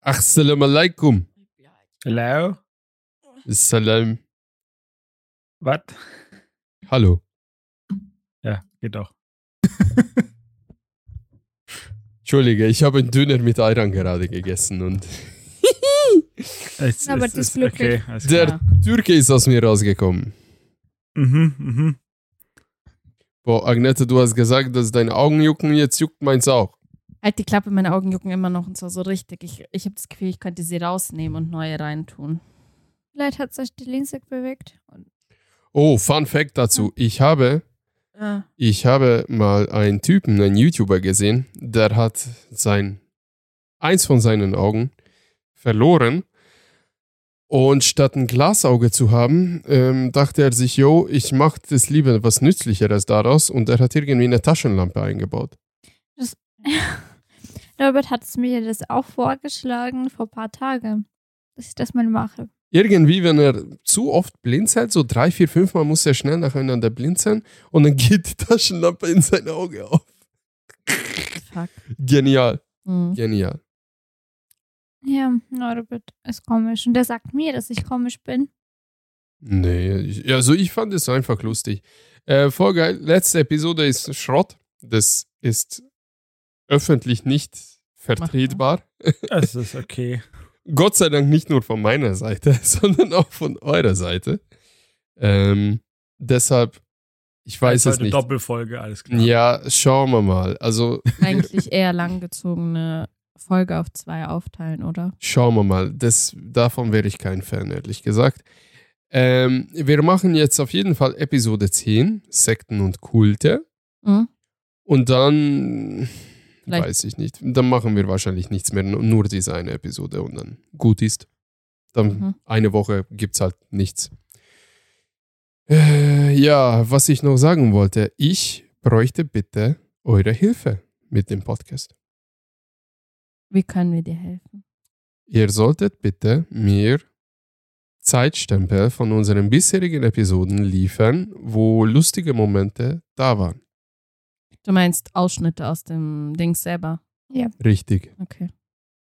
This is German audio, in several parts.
Assalamu alaikum. Hello? Salam. Was? Hallo. Ja, geht doch. Entschuldige, ich habe einen Döner mit Ayran gerade gegessen und Es, Aber es die ist ist okay. alles der klar. Türke ist aus mir rausgekommen. Mhm, mhm. Boah, Agnete, du hast gesagt, dass deine Augen jucken, jetzt juckt meins auch. Halt die Klappe, meine Augen jucken immer noch und zwar so richtig. Ich, ich habe das Gefühl, ich könnte sie rausnehmen und neue reintun. Vielleicht hat es euch die Linse bewegt. Und Oh, Fun Fact dazu. Ich habe, äh, Ah. ich habe mal einen Typen, einen YouTuber gesehen, der hat sein, eins von seinen Augen verloren. Und statt ein Glasauge zu haben, ähm, dachte er sich, yo, ich mache das lieber was Nützlicheres daraus. Und er hat irgendwie eine Taschenlampe eingebaut. Robert hat es mir das auch vorgeschlagen vor ein paar Tagen, dass ich das mal mache. irgendwie, wenn er zu oft blinzelt, so drei, vier, fünf Mal muss er schnell nacheinander blinzeln und dann geht die Taschenlampe in sein Auge auf. Fuck. Genial, Hm. genial. Ja, Robert ist komisch. Und der sagt mir, dass ich komisch bin. Nee, ich- also ich fand es einfach lustig. Äh, voll geil, letzte Episode ist Schrott. Das ist öffentlich nicht vertretbar. Es ist okay. Gott sei Dank nicht nur von meiner Seite, sondern auch von eurer Seite. Ähm, deshalb, ich weiß Heute es nicht. Doppelfolge, alles klar. Ja, schauen wir mal. Also Eigentlich eher langgezogene Folge auf zwei aufteilen, oder? Schauen wir mal. Das, davon wäre ich kein Fan, ehrlich gesagt. Ähm, wir machen jetzt auf jeden Fall Episode 10, Sekten und Kulte. Hm? Und dann Vielleicht- weiß ich nicht. Dann machen wir wahrscheinlich nichts mehr, nur diese eine Episode und dann gut ist. Dann Mhm. eine Woche gibt es halt nichts. Äh, ja, was ich noch sagen wollte, ich bräuchte bitte eure Hilfe mit dem Podcast. Wie können wir dir helfen? Ihr solltet bitte mir Zeitstempel von unseren bisherigen Episoden liefern, wo lustige Momente da waren. Du meinst Ausschnitte aus dem Ding selber. Richtig. Okay.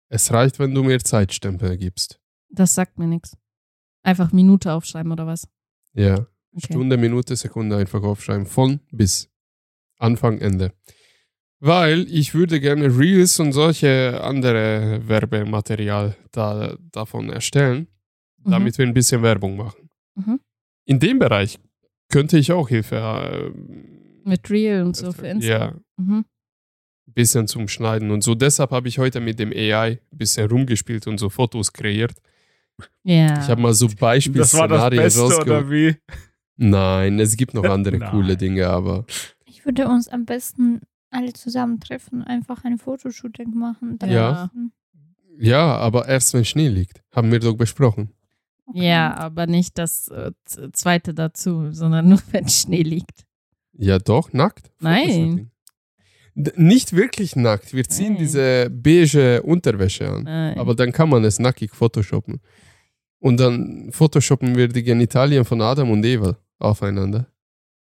Es reicht, wenn du mir Zeitstempel gibst. Das sagt mir nichts. Einfach Minute aufschreiben oder was? Ja. Okay. Stunde, Minute, Sekunde einfach aufschreiben. Von bis. Anfang, Ende. Weil ich würde gerne Reels und solche andere Werbematerial da, davon erstellen, Mhm. damit wir ein bisschen Werbung machen. Mhm. In dem Bereich könnte ich auch Hilfe äh, Mhm. Mit Real und so für Insta. Ja, Mhm. bisschen zum Schneiden und so. Deshalb habe ich heute mit dem AI ein bisschen rumgespielt und so Fotos kreiert. Ja. Ich habe mal so Das war das Beispielszenarien Beste, rausgeholt. oder wie? Nein, es gibt noch andere Nein. coole Dinge, aber Ich würde uns am besten alle zusammentreffen, einfach ein Fotoshooting machen. Dann Ja. am besten. ja, aber erst wenn Schnee liegt, haben wir doch besprochen. Okay. Ja, aber nicht das äh, z- zweite dazu, sondern nur wenn Schnee liegt. Ja, doch, nackt. Nein. Fotoshooting. D- Nicht wirklich nackt. Wir ziehen Nein. diese beige Unterwäsche an. Nein. Aber dann kann man es nackig photoshoppen. Und dann photoshoppen wir die Genitalien von Adam und Eva aufeinander.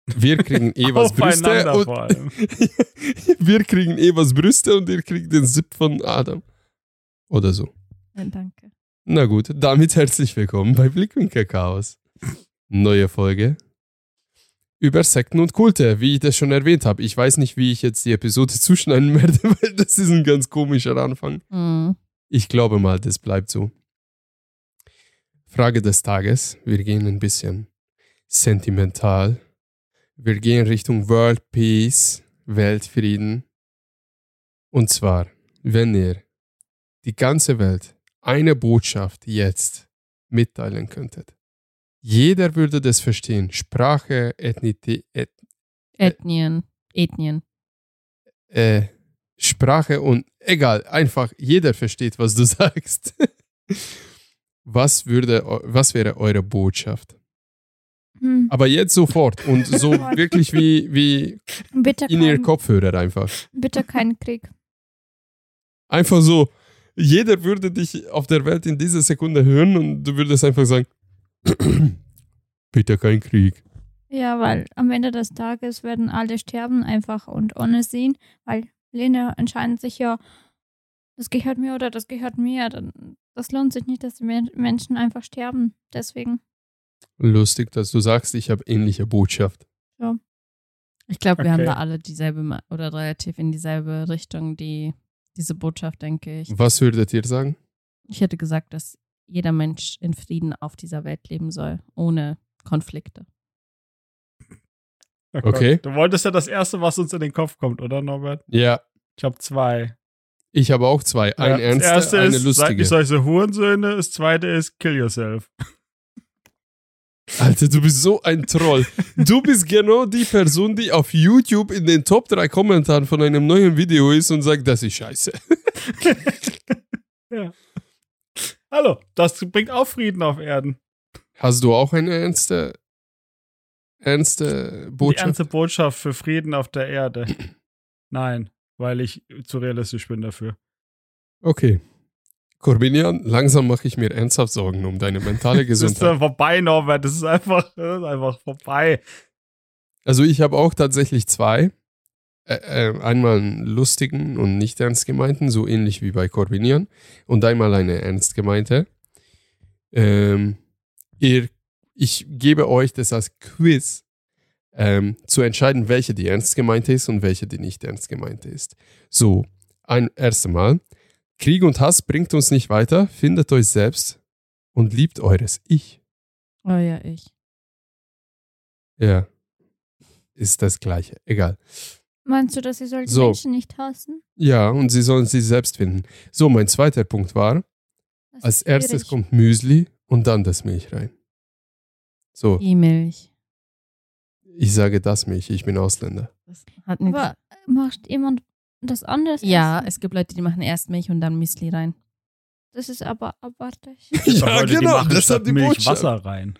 Wir kriegen Evas Brüste Aufeinander und vor allem. wir kriegen Evas Brüste und ihr kriegt den Zip von Adam. Oder so. Nein, danke. Na gut, damit herzlich willkommen bei Blickwinkel Chaos. Neue Folge über Sekten und Kulte, wie ich das schon erwähnt habe. Ich weiß nicht, wie ich jetzt die Episode zuschneiden werde, weil das ist ein ganz komischer Anfang. Mhm. Ich glaube mal, das bleibt so. Frage des Tages. Wir gehen ein bisschen sentimental. Wir gehen Richtung World Peace, Weltfrieden. Und zwar, wenn ihr die ganze Welt eine Botschaft jetzt mitteilen könntet. Jeder würde das verstehen. Sprache, Ethnität, et, Ethnien. Ethnien. äh, Sprache und egal, einfach jeder versteht, was du sagst. Was, würde, eu- was wäre eure Botschaft? Hm. Aber jetzt sofort und so wirklich wie, wie Bitte, in ihr kein, Kopfhörer einfach. bitte kein Krieg. Einfach so, jeder würde dich auf der Welt in dieser Sekunde hören und du würdest einfach sagen, bitte kein Krieg. Ja, weil am Ende des Tages werden alle sterben einfach und ohne sehen, weil Lena entscheidet sich ja das gehört mir oder das gehört mir. Dann, das lohnt sich nicht, dass die Men Menschen einfach sterben. Deswegen. Lustig, dass du sagst, ich habe ähnliche Botschaft. Ich glaube, wir haben Okay. da alle dieselbe Ma- oder relativ in dieselbe Richtung, die diese Botschaft, denke ich. Was würdet ihr sagen? Ich hätte gesagt, dass jeder Mensch in Frieden auf dieser Welt leben soll, ohne Konflikte. Oh Gott. Okay. Du wolltest ja das Erste, was uns in den Kopf kommt, oder, Norbert? Ja, Ich habe zwei. ich habe auch zwei. Ein Ja, ernster, das erste eine ist, seid lustige. nicht solche Hurensöhne. Das zweite ist, kill yourself. Alter, du bist so ein Troll. Du bist genau die Person, die auf YouTube in den Top 3 Kommentaren von einem neuen Video ist und sagt, das ist scheiße. Hallo, das bringt auch Frieden auf Erden. Hast du auch eine ernste, ernste Die Botschaft? ernste Botschaft für Frieden auf der Erde. Nein, weil ich zu realistisch bin dafür. okay. Corbinian, langsam mache ich mir ernsthaft Sorgen um deine mentale Das ist Gesundheit. dann vorbei, Norbert. Das ist einfach, das ist einfach vorbei. Also ich habe auch tatsächlich zwei. Ä- äh, einmal einen lustigen und nicht ernst gemeinten, so ähnlich wie bei Corbinian. Und einmal eine ernst gemeinte. Ähm, ihr, ich gebe euch das als Quiz, ähm, zu entscheiden, welche die ernst gemeinte ist und welche die nicht ernst gemeinte ist. So, ein erstes Mal. Krieg und Hass bringt uns nicht weiter. Findet euch selbst und liebt eures Ich. Oh ja, ich. Ja. Ist das gleiche. Egal. Meinst du, dass sie solche So. Menschen nicht hassen? Ja, und sie sollen sich selbst finden. So, mein zweiter Punkt war, Das ist als erstes schwierig. kommt Müsli und dann das Milch rein. So, Die Milch. ich sage das Milch, ich bin Ausländer. Das hat nix- Aber macht jemand das anders? ja, es gibt Leute, die machen erst Milch und dann Müsli rein. Das ist aber abartig. Aber Leute, die machen statt Milch Wasser rein.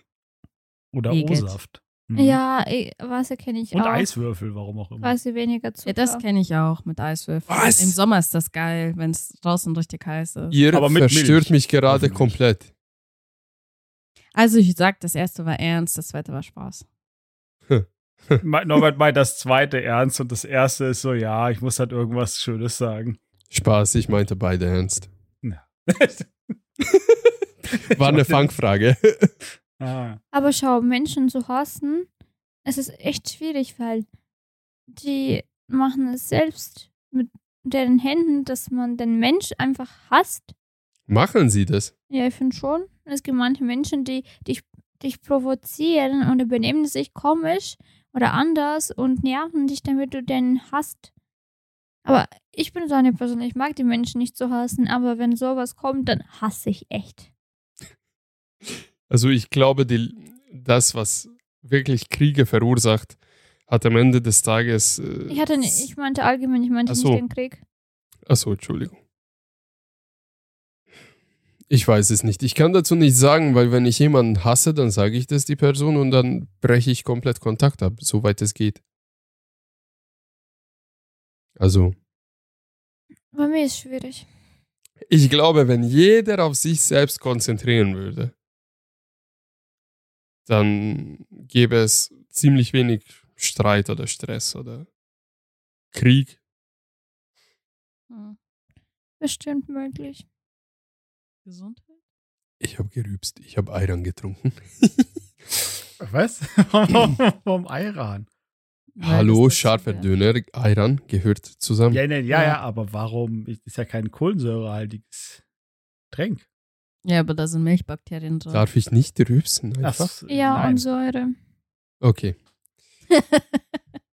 Oder Wie geht's? O-Saft. Mhm. ja, eh, Wasser kenne ich Und auch. Eiswürfel, warum auch immer. Quasi weniger Zucker. Ja, das kenne ich auch mit Eiswürfeln. Was? Im Sommer ist das geil, wenn es draußen richtig heiß ist. Ihr Aber mit verstört Milch. mich gerade Hoffentlich. komplett. Also ich sag, das erste war ernst, das zweite war Spaß. Me- Norbert meint das zweite ernst und das erste ist so, ja, ich muss halt irgendwas Schönes sagen. Spaß, ich meinte beide ernst. War eine Fangfrage. ah, Aber schau, Menschen zu hassen, es ist echt schwierig, weil die machen es selbst mit deren Händen, dass man den Mensch einfach hasst. Machen Sie das? Ja, ich finde schon. Es gibt manche Menschen, die dich, dich provozieren und übernehmen sich komisch oder anders und nerven dich, damit du den hasst. Aber ich bin so eine Person, ich mag die Menschen nicht zu hassen, aber wenn sowas kommt, dann hasse ich echt. Also ich glaube, die, das, was wirklich Kriege verursacht, hat am Ende des Tages... Äh, Ich hatte, ni- ich meinte allgemein, ich meinte Ach so. nicht den Krieg. Achso, Entschuldigung. Ich weiß es nicht. Ich kann dazu nicht sagen, weil wenn ich jemanden hasse, dann sage ich das die Person und dann breche ich komplett Kontakt ab, soweit es geht. Also, Bei mir ist schwierig. ich glaube, wenn jeder auf sich selbst konzentrieren würde, dann gäbe es ziemlich wenig Streit oder Stress oder Krieg. Bestimmt möglich. Gesundheit? Ich habe gerübst, ich habe Eiran getrunken. was? Vom Iran. Hallo, Scharfverdünner, Ayran gehört zusammen. Ja, nee, ja, ja, Ja. aber warum? Ist ja kein kohlensäurehaltiges Getränk. Ja, aber da sind Milchbakterien drin. Darf ich nicht rübsen Das- einfach? Ja, Äh, nein. und Säure. Okay.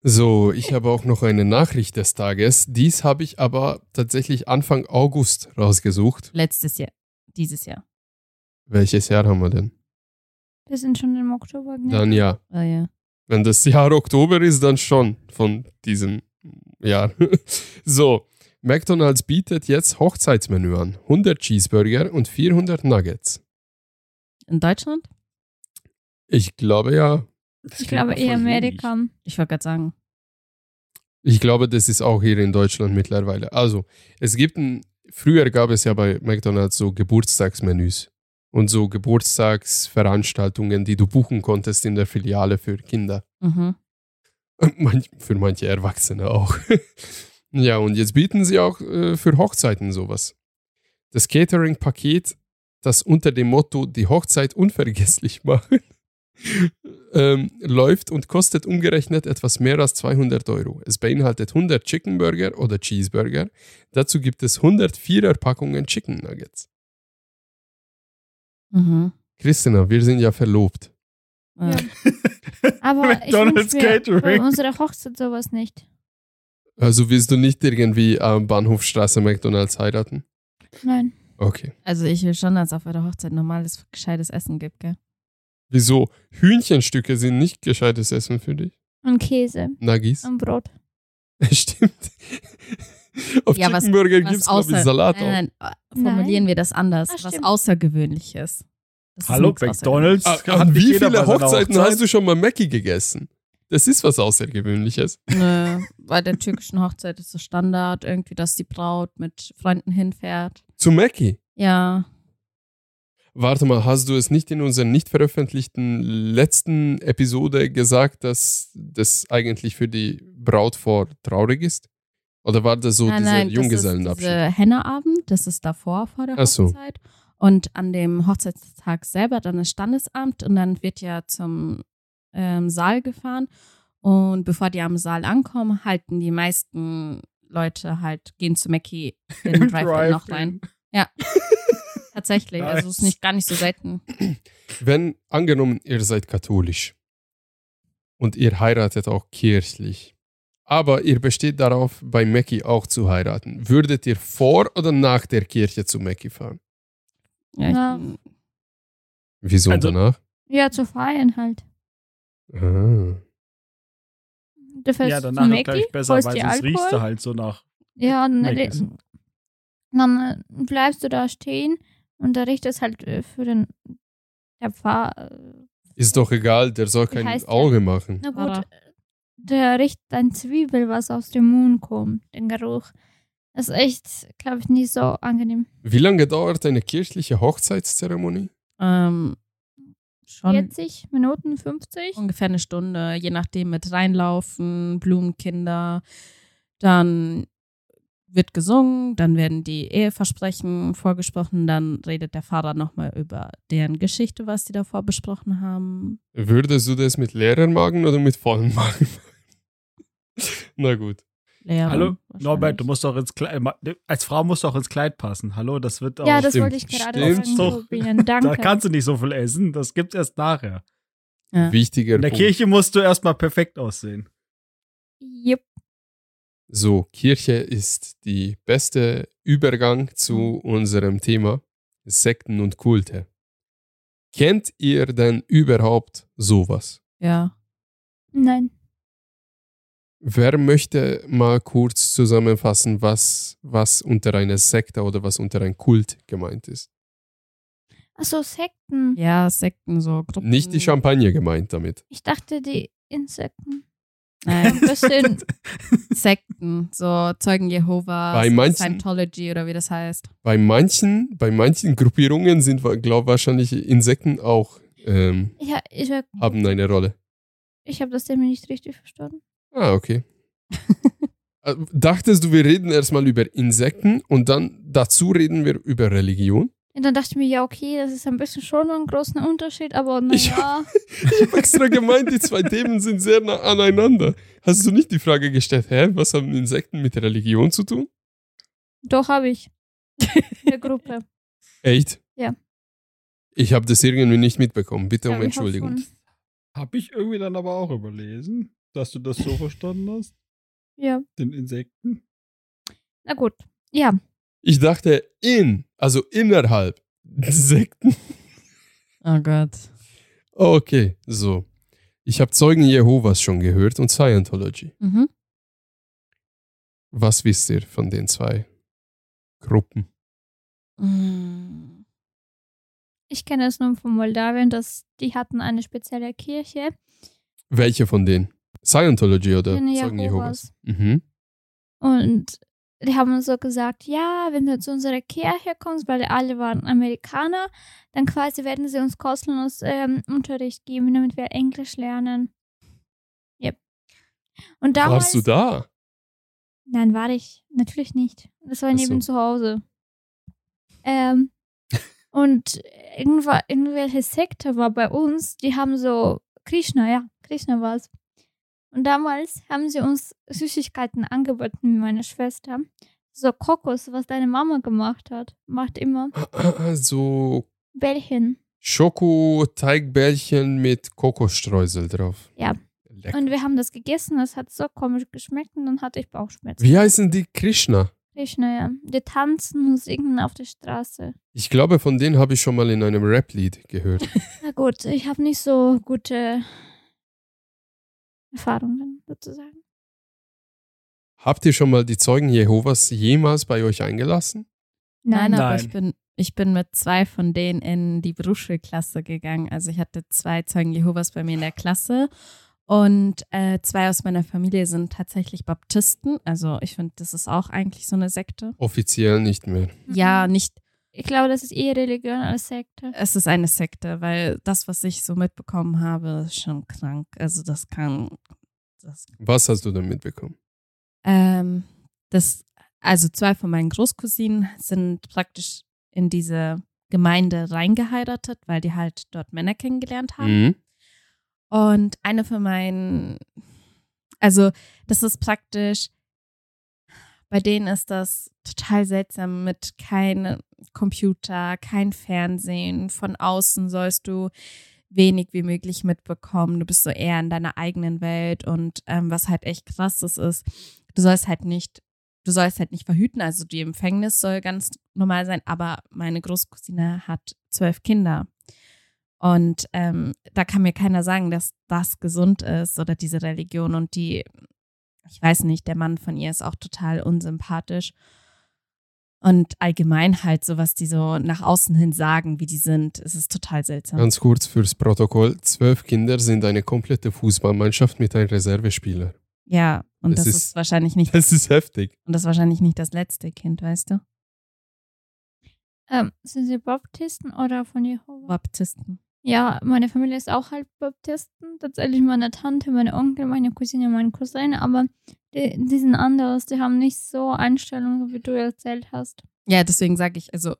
so, ich habe auch noch eine Nachricht des Tages. Dies habe ich aber tatsächlich Anfang August rausgesucht. Letztes Jahr. Dieses Jahr. Welches Jahr haben wir denn? Wir sind schon im Oktober. ne? Dann ja. Oh ja. Wenn das Jahr Oktober ist, dann schon von diesem Jahr. so, McDonald's bietet jetzt Hochzeitsmenü an. 100 Cheeseburger und 400 Nuggets. In Deutschland? Ich glaube ja. Das ich klingt glaube doch voll eher Amerika. Ich wollte gerade sagen. Ich glaube, das ist auch hier in Deutschland mittlerweile. Also, es gibt ein, früher gab es ja bei McDonalds so Geburtstagsmenüs und so Geburtstagsveranstaltungen, die du buchen konntest in der Filiale für Kinder. Mhm. Manch, für manche Erwachsene auch. Ja, und jetzt bieten sie auch äh, für Hochzeiten sowas. Das Catering-Paket, das unter dem Motto die Hochzeit unvergesslich machen, ähm, läuft und kostet umgerechnet etwas mehr als 200 Euro. Es beinhaltet 100 Chicken Burger oder Cheeseburger. Dazu gibt es 104er Packungen Chicken Nuggets. Mhm. Christina, wir sind ja verlobt. Ja. Aber McDonald's ich wünsch mir Catering. Bei unserer Hochzeit sowas nicht. Also willst du nicht irgendwie am Bahnhofstraße McDonalds heiraten? Nein. Okay. Also ich will schon, dass auf eurer Hochzeit normales, gescheites Essen gibt, gell? Wieso? Hühnchenstücke sind nicht gescheites Essen für dich. Und Käse. Nuggies. Ähm. Und Brot. Stimmt. Auf Ja, was- Chickenburger gibt es, glaube ich, Salat auch. nein, nein, äh, formulieren wir das anders. Ah, was stimmt. Außergewöhnliches. Das ist Hallo, nichts McDonalds. Ah, hat An nicht wie jeder bei viele seiner Hochzeiten Hochzeit. hast du schon mal Mackie gegessen? Das ist was Außergewöhnliches. Nö, bei der türkischen Hochzeit ist das Standard, irgendwie, dass die Braut mit Freunden hinfährt. Zu Mackie. Ja, Warte mal, hast du es nicht in unserer nicht veröffentlichten letzten Episode gesagt, dass das eigentlich für die Braut vor traurig ist? Oder war das so nein, dieser nein, Junggesellenabschied? Das ist Henneabend, das ist davor vor der Ach so. Hochzeit. Und an dem Hochzeitstag selber dann das Standesamt und dann wird ja zum ähm, Saal gefahren. Und bevor die am Saal ankommen, halten die meisten Leute halt, gehen zu Mackie in den Im Drive-In noch Drive-In. rein. Ja. Tatsächlich. Also es ist nicht gar nicht so selten. Wenn angenommen, ihr seid katholisch und ihr heiratet auch kirchlich, aber ihr besteht darauf, bei Mackie auch zu heiraten, würdet ihr vor oder nach der Kirche zu Mackie fahren? Ja, ich, Ja. bin- Wieso Also- danach? Ja, zu feiern halt. Ah. Du fährst Ja, danach zu ist Mäcki, gleich besser, holst weil dir sonst riechst du Alkohol. halt so nach. Ja, und dann, Mäckis. dann äh, bleibst du da stehen und da richtest halt äh, für den der Pfarr. äh, Ist doch egal, der soll kein heißt der? Auge machen. Na Pfarrer. gut, der riecht ein Zwiebel, was aus dem Mund kommt, den Geruch. Das ist echt, glaube ich, nicht so angenehm. Wie lange dauert eine kirchliche Hochzeitszeremonie? ähm, schon 40 Minuten, 50? ungefähr eine Stunde, je nachdem mit reinlaufen, Blumenkinder, dann wird gesungen, dann werden die Eheversprechen vorgesprochen, dann redet der Pfarrer nochmal über deren Geschichte, was die davor besprochen haben. Würdest du das mit leeren Magen oder mit vollen Magen machen? Na gut. Lehren Hallo, wahrscheinlich. Norbert, du musst doch ins Kleid. Als Frau musst du auch ins Kleid passen. Hallo, das wird auch. Ja, das stimmt. wollte ich gerade Stimmt sagen, doch. Robin. Danke. da kannst du nicht so viel essen. Das gibt's erst nachher. Ja. Wichtiger In der Punkt. Kirche musst du erstmal perfekt aussehen. Jupp. So, Kirche ist die beste Übergang zu unserem Thema Sekten und Kulte. Kennt ihr denn überhaupt sowas? Ja. Nein. Wer möchte mal kurz zusammenfassen, was, was unter einer Sekte oder was unter einem Kult gemeint ist? Achso, Sekten. ja, Sekten, so Gruppen. Nicht die Champagne gemeint damit. Ich dachte, die Insekten. Nein, Ein bisschen. Sekten, so Zeugen Jehovas, Bei manchen- Scientology oder wie das heißt. Bei manchen, bei manchen Gruppierungen sind, glaube wahrscheinlich Insekten auch, ähm, ja, ich, hab- haben eine Rolle. ich habe das Thema nicht richtig verstanden. Ah, okay. Äh, Dachtest du, wir reden erstmal über Insekten und dann dazu reden wir über Religion? Und dann dachte ich mir, ja, okay, das ist ein bisschen schon ein großer Unterschied, aber Ich naja. Ich habe extra gemeint, die zwei Themen sind sehr nah aneinander. Hast du nicht die Frage gestellt, hä, was haben Insekten mit Religion zu tun? Doch habe ich. In der Gruppe. Echt? Ja. Ich habe das irgendwie nicht mitbekommen. Bitte um Hab ich auch Entschuldigung. schon. Hab ich irgendwie dann aber auch überlesen, dass du das so verstanden hast, Ja, den Insekten. na gut. Ja, Ich dachte, in, also innerhalb Sekten. Oh Gott. Okay, so. Ich habe Zeugen Jehovas schon gehört und Scientology. Mhm. Was wisst ihr von den zwei Gruppen? Mm. ich kenne es nur von Moldawien, dass die hatten eine spezielle Kirche. Welche von denen? Scientology oder Zeugen Zeugen Jehovas? Jehovas. Mhm. Und die haben uns so gesagt, ja, wenn du zu unserer Kirche kommst, weil alle waren Amerikaner, dann quasi werden sie uns kostenlos ähm, Unterricht geben, damit wir Englisch lernen. Yep. Und damals, Warst du da? Nein, war ich natürlich nicht. Das war Ach neben so. zu Hause. Ähm, und irgendwa, irgendwelche Sekte war bei uns, die haben so, Krishna, ja, Krishna war es. Und damals haben sie uns Süßigkeiten angeboten, meine Schwester. So Kokos, was deine Mama gemacht hat. Macht immer Ah, So Bällchen. Schoko-Teigbällchen mit Kokosstreusel drauf. Ja. Lecker. Und wir haben das gegessen, das hat so komisch geschmeckt und dann hatte ich Bauchschmerzen. Wie heißen die Krishna? Krishna, ja. Die tanzen und singen auf der Straße. Ich glaube, von denen habe ich schon mal in einem Rap-Lied gehört. Na gut, ich habe nicht so gute Erfahrungen sozusagen. Habt ihr schon mal die Zeugen Jehovas jemals bei euch eingelassen? Nein, aber Nein. ich bin, ich bin mit zwei von denen in die Berufsschulklasse gegangen. Also ich hatte zwei Zeugen Jehovas bei mir in der Klasse und äh, zwei aus meiner Familie sind tatsächlich Baptisten. Also ich finde, das ist auch eigentlich so eine Sekte. Offiziell nicht mehr. Ja, nicht, Ich glaube, das ist eher Religion als Sekte. es ist eine Sekte, weil das, was ich so mitbekommen habe, ist schon krank. Also das kann, das Was hast du denn mitbekommen? Ähm, das, also zwei von meinen Großcousinen sind praktisch in diese Gemeinde reingeheiratet, weil die halt dort Männer kennengelernt haben. Mhm. Und eine von meinen, also das ist praktisch, bei denen ist das total seltsam mit kein Computer, kein Fernsehen. Von außen sollst du wenig wie möglich mitbekommen. Du bist so eher in deiner eigenen Welt und ähm, was halt echt krass ist, ist, du sollst halt nicht, du sollst halt nicht verhüten. Also die Empfängnis soll ganz normal sein, aber meine Großcousine hat zwölf Kinder. Und ähm, da kann mir keiner sagen, dass das gesund ist oder diese Religion und die, ich weiß nicht, der Mann von ihr ist auch total unsympathisch. Und allgemein halt so, was die so nach außen hin sagen, wie die sind, es ist total seltsam. Ganz kurz fürs Protokoll. Zwölf Kinder sind eine komplette Fußballmannschaft mit einem Reservespieler. Ja, und Das das, ist- ist, wahrscheinlich nicht Das ist heftig. und das ist wahrscheinlich nicht das letzte Kind, weißt du? Ähm, sind sie Baptisten oder von Jehova? Baptisten. Ja, meine Familie ist auch halb Baptisten. Tatsächlich meine Tante, meine Onkel, meine Cousine, mein Cousin, aber die, die sind anders. Die haben nicht so Einstellungen, wie du erzählt hast. Ja, deswegen sage ich, also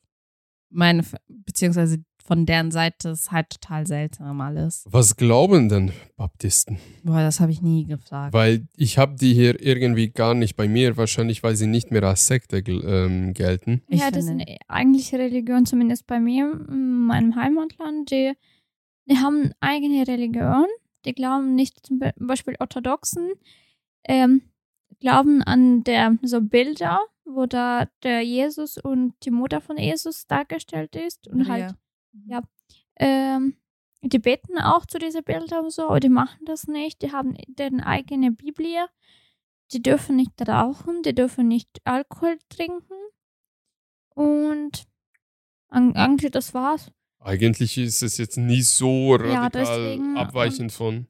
meine F- beziehungsweise von deren Seite ist halt total seltsam alles. Was glauben denn Baptisten? Boah, das habe ich nie gefragt. Weil ich habe die hier irgendwie gar nicht bei mir, wahrscheinlich weil sie nicht mehr als Sekte gel- ähm, gelten. Ich ja, das finde- sind e, eigentlich Religion, zumindest bei mir, in meinem Heimatland. Die, die haben eigene Religion. Die glauben nicht, zum Be- Beispiel Orthodoxen, ähm, glauben an der, so Bilder, wo da der Jesus und die Mutter von Jesus dargestellt ist. Und halt, ja. ähm, die beten auch zu diesen Bildern und so, aber die machen das nicht. Die haben deren eigene Bibel. Die dürfen nicht rauchen, die dürfen nicht Alkohol trinken. Und an- eigentlich, das war's. Eigentlich ist es jetzt nie so radikal deswegen, ähm, abweichend von.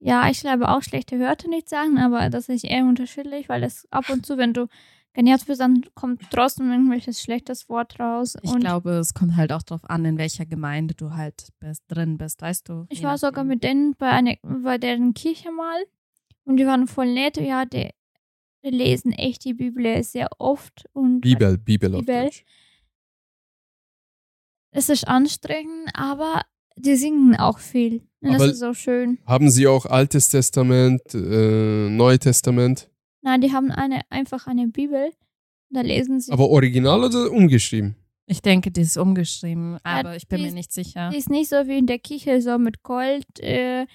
Ja, ich glaube auch schlechte Wörter nicht sagen, aber das ist eher unterschiedlich, weil es ab und zu, wenn du genervt bist, dann kommt trotzdem irgendwelches schlechtes Wort raus. Ich und glaube, es kommt halt auch drauf an, in welcher Gemeinde du halt bist, drin bist, weißt du? Ich Je war nachdem. sogar mit denen bei, einer, bei deren Kirche mal und die waren voll nett. Ja, die, die lesen echt die Bibel sehr oft und Bibel, Bibel auf Bibel. Deutsch. es ist anstrengend, aber die singen auch viel. Und das Aber- ist so schön. Haben sie auch Altes Testament, äh, Neues Testament? Nein, die haben eine, einfach eine Bibel, da lesen sie. Aber original oder umgeschrieben? Ich denke, die ist umgeschrieben, aber ich bin die mir ist- nicht sicher. Die ist nicht so wie in der Kirche, so mit Gold äh,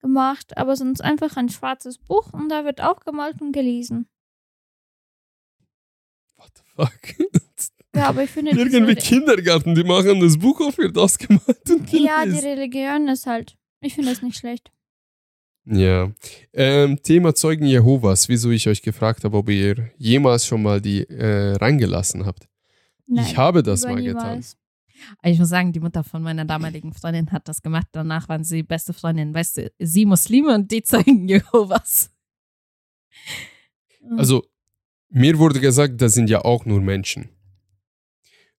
gemacht, aber sonst einfach ein schwarzes Buch und da wird aufgemalt und gelesen. What the fuck? Ja, aber ich finde. diese Irgendwie Re- Kindergarten, die machen das Buch auf, wird ausgemalt und ja, die gelesen. Religion ist halt. Ich finde das nicht schlecht. Ja. Ähm, Thema Zeugen Jehovas, wieso ich euch gefragt habe, ob ihr jemals schon mal die äh, reingelassen habt. Nein, ich habe das lieber mal getan. niemals. Hm. Also Ich muss sagen, die Mutter von meiner damaligen Freundin hat das gemacht. Danach waren sie beste Freundin. Weißt du, sie Muslime und die Zeugen Jehovas. Also, mir wurde gesagt, das sind ja auch nur Menschen.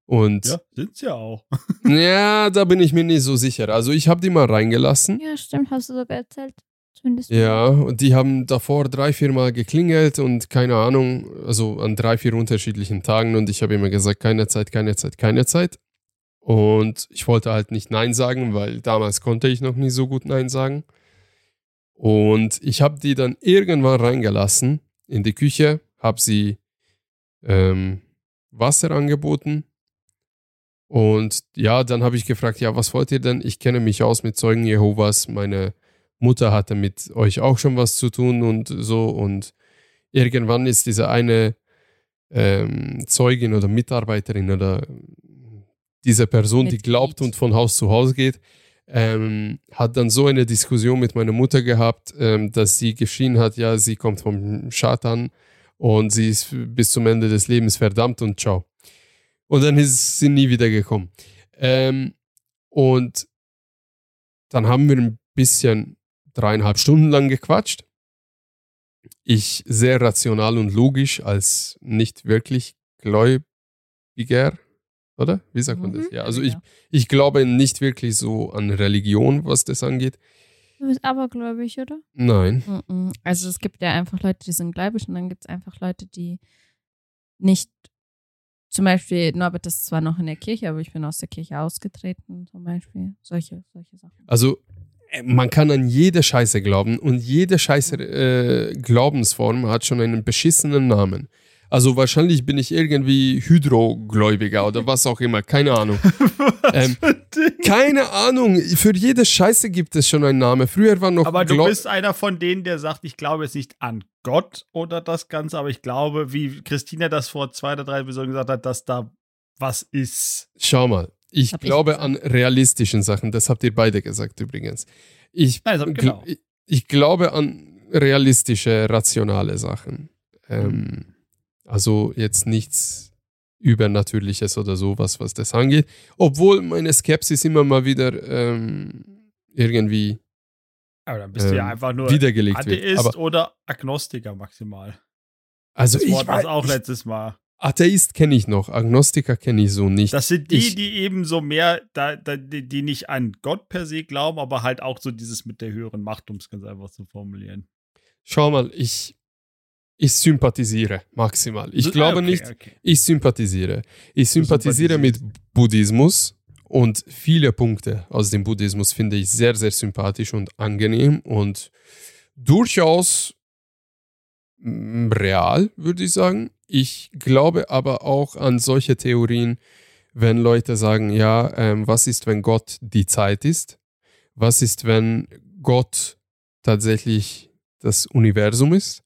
Und Ja, sind's ja auch. ja, da bin ich mir nicht so sicher. Also, ich habe die mal reingelassen. Ja, stimmt, hast du sogar erzählt. Zumindest Ja, und die haben davor drei, vier Mal geklingelt und keine Ahnung, also an drei, vier unterschiedlichen Tagen und ich habe immer gesagt, keine Zeit, keine Zeit, keine Zeit. Und ich wollte halt nicht Nein sagen, weil damals konnte ich noch nie so gut Nein sagen. Und ich habe die dann irgendwann reingelassen in die Küche, habe sie ähm, Wasser angeboten. Und ja, dann habe ich gefragt, ja, was wollt ihr denn? Ich kenne mich aus mit Zeugen Jehovas, meine Mutter hatte mit euch auch schon was zu tun und so. Und irgendwann ist diese eine ähm, Zeugin oder Mitarbeiterin oder diese Person, die Mitglied. glaubt und von Haus zu Haus geht, ähm, hat dann so eine Diskussion mit meiner Mutter gehabt, ähm, dass sie geschrien hat, ja, sie kommt vom Schatan und sie ist bis zum Ende des Lebens verdammt und ciao. Und dann ist sie nie wieder gekommen. Ähm, und dann haben wir ein bisschen dreieinhalb Stunden lang gequatscht. Ich sehr rational und logisch als nicht wirklich Gläubiger, oder? Wie sagt man das? Mhm. Ja, also Ja. ich, ich glaube nicht wirklich so an Religion, was das angeht. Du bist abergläubig, oder? Nein. Mhm. Also es gibt ja einfach Leute, die sind gläubig und dann gibt es einfach Leute, die nicht, zum Beispiel, Norbert ist zwar noch in der Kirche, aber ich bin aus der Kirche ausgetreten, zum Beispiel. Solche, solche Sachen. Also äh, man kann an jede Scheiße glauben und jede Scheiße äh, Glaubensform hat schon einen beschissenen Namen. Also wahrscheinlich bin ich irgendwie Hydrogläubiger oder was auch immer, keine Ahnung. Ähm, keine Ahnung, für jede Scheiße gibt es schon einen Namen. Früher war noch Aber du Glau- bist einer von denen, der sagt, ich glaube jetzt nicht an Gott oder das Ganze, aber ich glaube, wie Christina das vor zwei oder drei Episoden gesagt hat, dass da was ist. Schau mal, ich Hab ich glaube gesagt. an realistischen Sachen, das habt ihr beide gesagt übrigens. Ich, Nein, das hab- gl- genau. ich, ich glaube an realistische, rationale Sachen. Ähm, also jetzt nichts Übernatürliches oder sowas, was das angeht. Obwohl meine Skepsis immer mal wieder ähm, irgendwie Aber dann bist du ja Ähm, einfach nur wiedergelegt wird. Atheist Aber, oder Agnostiker maximal. also Das ich, Wort war weiß- auch ich, letztes Mal. Atheist kenne ich noch, Agnostiker kenne ich so nicht. Das sind die, Ich- die eben so mehr, da, da, die, die nicht an Gott per se glauben, aber halt auch so dieses mit der höheren Macht, um es ganz einfach zu formulieren. Schau mal, ich, ich sympathisiere maximal. Ich Ah, glaube okay, nicht, Okay. Ich sympathisiere. Ich sympathisiere mit Buddhismus und viele Punkte aus dem Buddhismus finde ich sehr, sehr sympathisch und angenehm und durchaus mm, real, würde ich sagen. Ich glaube aber auch an solche Theorien, wenn Leute sagen, ja, ähm, was ist, wenn Gott die Zeit ist? Was ist, wenn Gott tatsächlich das Universum ist?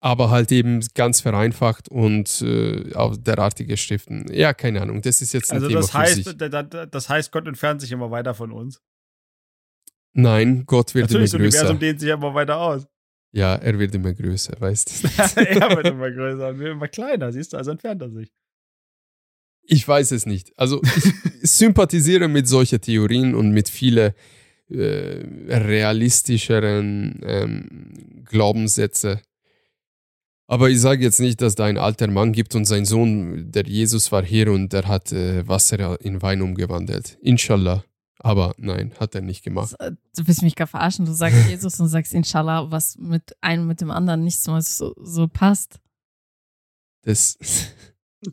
aber halt eben ganz vereinfacht und äh, auf derartige Schriften. Ja, keine Ahnung, das ist jetzt ein Also Thema das für sich. heißt, da, da, das heißt, Gott entfernt sich immer weiter von uns. Nein, Gott wird Natürlich, das immer größer. Universum dehnt sich immer weiter aus. Ja, er wird immer größer, weißt du. er wird immer größer und wir immer kleiner, siehst du, also entfernt er sich. Ich weiß es nicht. Also ich sympathisiere mit solchen Theorien und mit viele äh, realistischeren ähm, Glaubenssätze. Aber ich sage jetzt nicht, dass da ein alter Mann gibt und sein Sohn, der Jesus war hier und der hat äh, Wasser in Wein umgewandelt. Inshallah. Aber nein, hat er nicht gemacht. Das, äh, Du willst mich gar verarschen. Du sagst Jesus und sagst Inshallah, was mit einem mit dem anderen nicht so, so, so passt. Das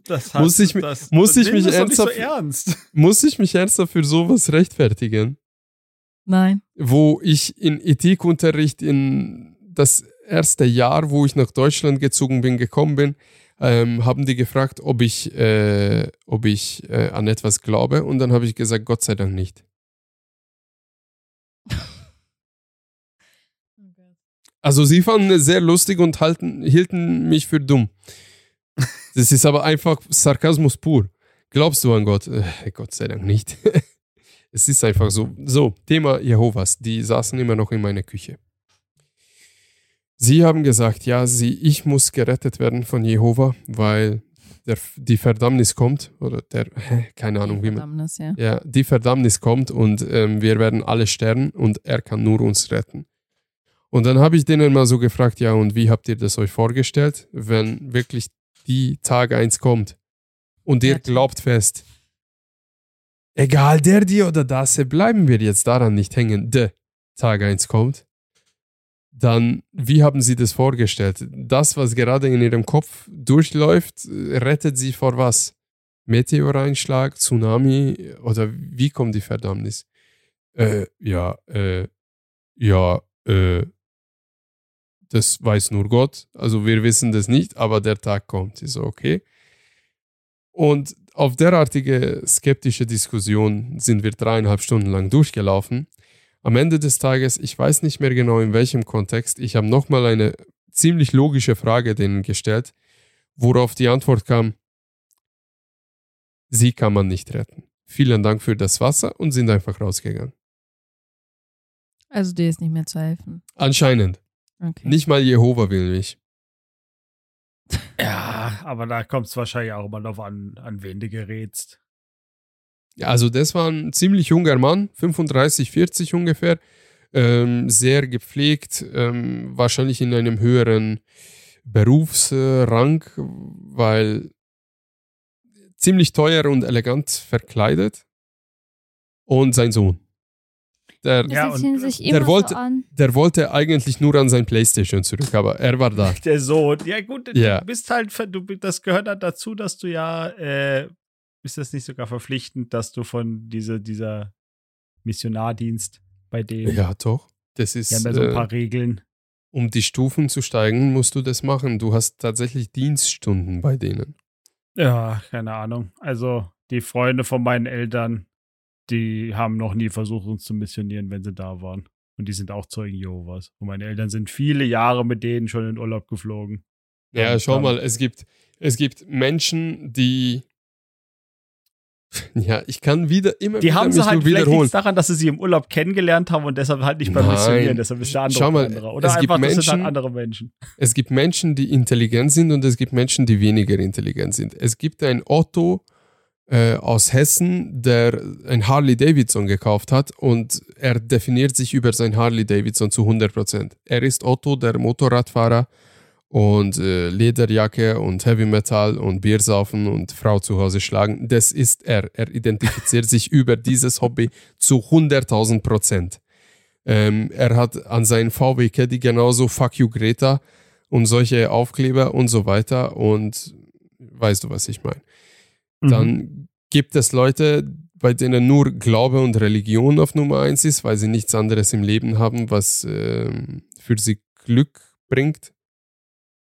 Das Muss ich mi- das, muss ich nimm mich das doch nicht so ernsthaft- ernst. muss ich mich ernsthaft für sowas rechtfertigen? Nein. wo ich in Ethikunterricht in das erste Jahr, wo ich nach Deutschland gezogen bin, gekommen bin, ähm, haben die gefragt, ob ich, äh, ob ich äh, an etwas glaube. Und dann habe ich gesagt, Gott sei Dank nicht. Also sie fanden es sehr lustig und halten, hielten mich für dumm. Das ist aber einfach Sarkasmus pur. Glaubst du an Gott? Äh, Gott sei Dank nicht. es ist einfach so. So, Thema Jehovas. Die saßen immer noch in meiner Küche. Sie haben gesagt, ja, sie, ich muss gerettet werden von Jehova, weil der, die Verdammnis kommt. Oder der, keine Ahnung, wie man, Verdammnis, ja. ja, die Verdammnis kommt und ähm, wir werden alle sterben und er kann nur uns retten. Und dann habe ich denen mal so gefragt, ja, und wie habt ihr das euch vorgestellt, wenn wirklich die Tag 1 kommt und ihr Ja, klar. glaubt fest, egal der, die oder das, bleiben wir jetzt daran nicht hängen, der Tag 1 kommt dann wie haben Sie das vorgestellt? Das, was gerade in Ihrem Kopf durchläuft, rettet Sie vor was? Meteoreinschlag, Tsunami oder wie kommt die Verdammnis? Äh, ja, äh, ja, äh, das weiß nur Gott. Also wir wissen das nicht, aber der Tag kommt. Ist okay. Und auf derartige skeptische Diskussion sind wir dreieinhalb Stunden lang durchgelaufen. Am Ende des Tages, ich weiß nicht mehr genau in welchem Kontext, ich habe nochmal eine ziemlich logische Frage denen gestellt, worauf die Antwort kam, sie kann man nicht retten. Vielen Dank für das Wasser und sind einfach rausgegangen. Also dir ist nicht mehr zu helfen. Anscheinend. Okay. Nicht mal Jehova will mich. Ja, aber da kommt es wahrscheinlich auch immer noch an, an wen du gerätst. Ja, Also das war ein ziemlich junger Mann, 35, 40 ungefähr, ähm, sehr gepflegt, ähm, wahrscheinlich in einem höheren Berufsrang, weil ziemlich teuer und elegant verkleidet. Und sein Sohn. Der, Das Ja, ja, und sehen sich der immer wollte- so an. der wollte eigentlich nur an sein Playstation zurück, aber er war da. Der Sohn. Ja, gut, Ja. du bist halt, ver- du, das gehört halt dazu, dass du ja, äh, ist das nicht sogar verpflichtend, dass du von diese, dieser Missionardienst bei denen, Ja, doch. Das ist die haben ja so ein äh, paar Regeln. um die Stufen zu steigen, musst du das machen. Du hast tatsächlich Dienststunden bei denen. Ja, keine Ahnung. Also, die Freunde von meinen Eltern, die haben noch nie versucht, uns zu missionieren, wenn sie da waren. Und die sind auch Zeugen Jehovas. Und meine Eltern sind viele Jahre mit denen schon in Urlaub geflogen. Ja, schau dann- mal, es gibt, es gibt Menschen, die. Ja, ich kann wieder immer Die wieder haben sie mich halt nur vielleicht wiederholen. nichts daran, dass sie sie im Urlaub kennengelernt haben und deshalb halt nicht beim Nein. Missionieren. Deshalb ist der andere Schau mal, anderer. Oder es gibt einfach, das sind halt Menschen- andere Menschen. Es gibt Menschen, die intelligent sind und es gibt Menschen, die weniger intelligent sind. Es gibt einen Otto äh, aus Hessen, der ein Harley Davidson gekauft hat und er definiert sich über sein Harley Davidson zu 100%. Er ist Otto, der Motorradfahrer und äh, Lederjacke und Heavy Metal und Biersaufen und Frau zu Hause schlagen. Das ist er. Er identifiziert sich über dieses Hobby zu 100.000 Prozent. Ähm, er hat an seinen VW Caddy genauso Fuck you Greta und solche Aufkleber und so weiter und weißt du, was ich meine. Mhm. Dann gibt es Leute, bei denen nur Glaube und Religion auf Nummer eins ist, weil sie nichts anderes im Leben haben, was ähm, für sie Glück bringt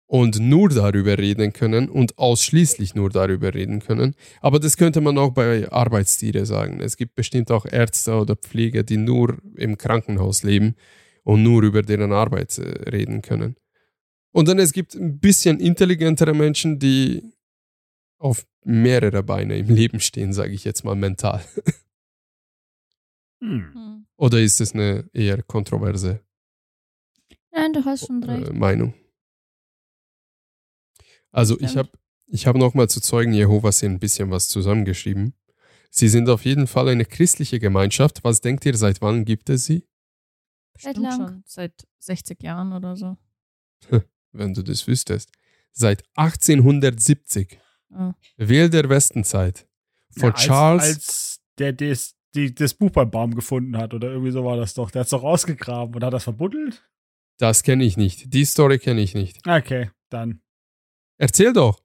und nur darüber reden können und ausschließlich nur darüber reden können. Aber das könnte man auch bei Arbeitstiere sagen. Es gibt bestimmt auch Ärzte oder Pfleger, die nur im Krankenhaus leben und nur über deren Arbeit äh, reden können. Und dann es gibt ein bisschen intelligentere Menschen, die auf mehrere Beine im Leben stehen, sage ich jetzt mal mental. Hm. Hm. Oder ist es eine eher kontroverse Nein, du hast schon recht. äh, Meinung? Also ich Stimmt. habe ich hab nochmal zu Zeugen Jehovas hier ein bisschen was zusammengeschrieben. Sie sind auf jeden Fall eine christliche Gemeinschaft. Was denkt ihr, seit wann gibt es sie? Seit Bestimmt lang. schon seit 60 Jahren oder so. Wenn du das wüsstest. Seit 1870, Ah. Wähl der Westenzeit. Von Ja, als, Charles. Als der des, die, das Buch beim Baum gefunden hat oder irgendwie so war das doch. Der hat es doch rausgegraben und hat das verbuddelt. das kenne ich nicht. Die Story kenne ich nicht. Okay, dann. Erzähl doch.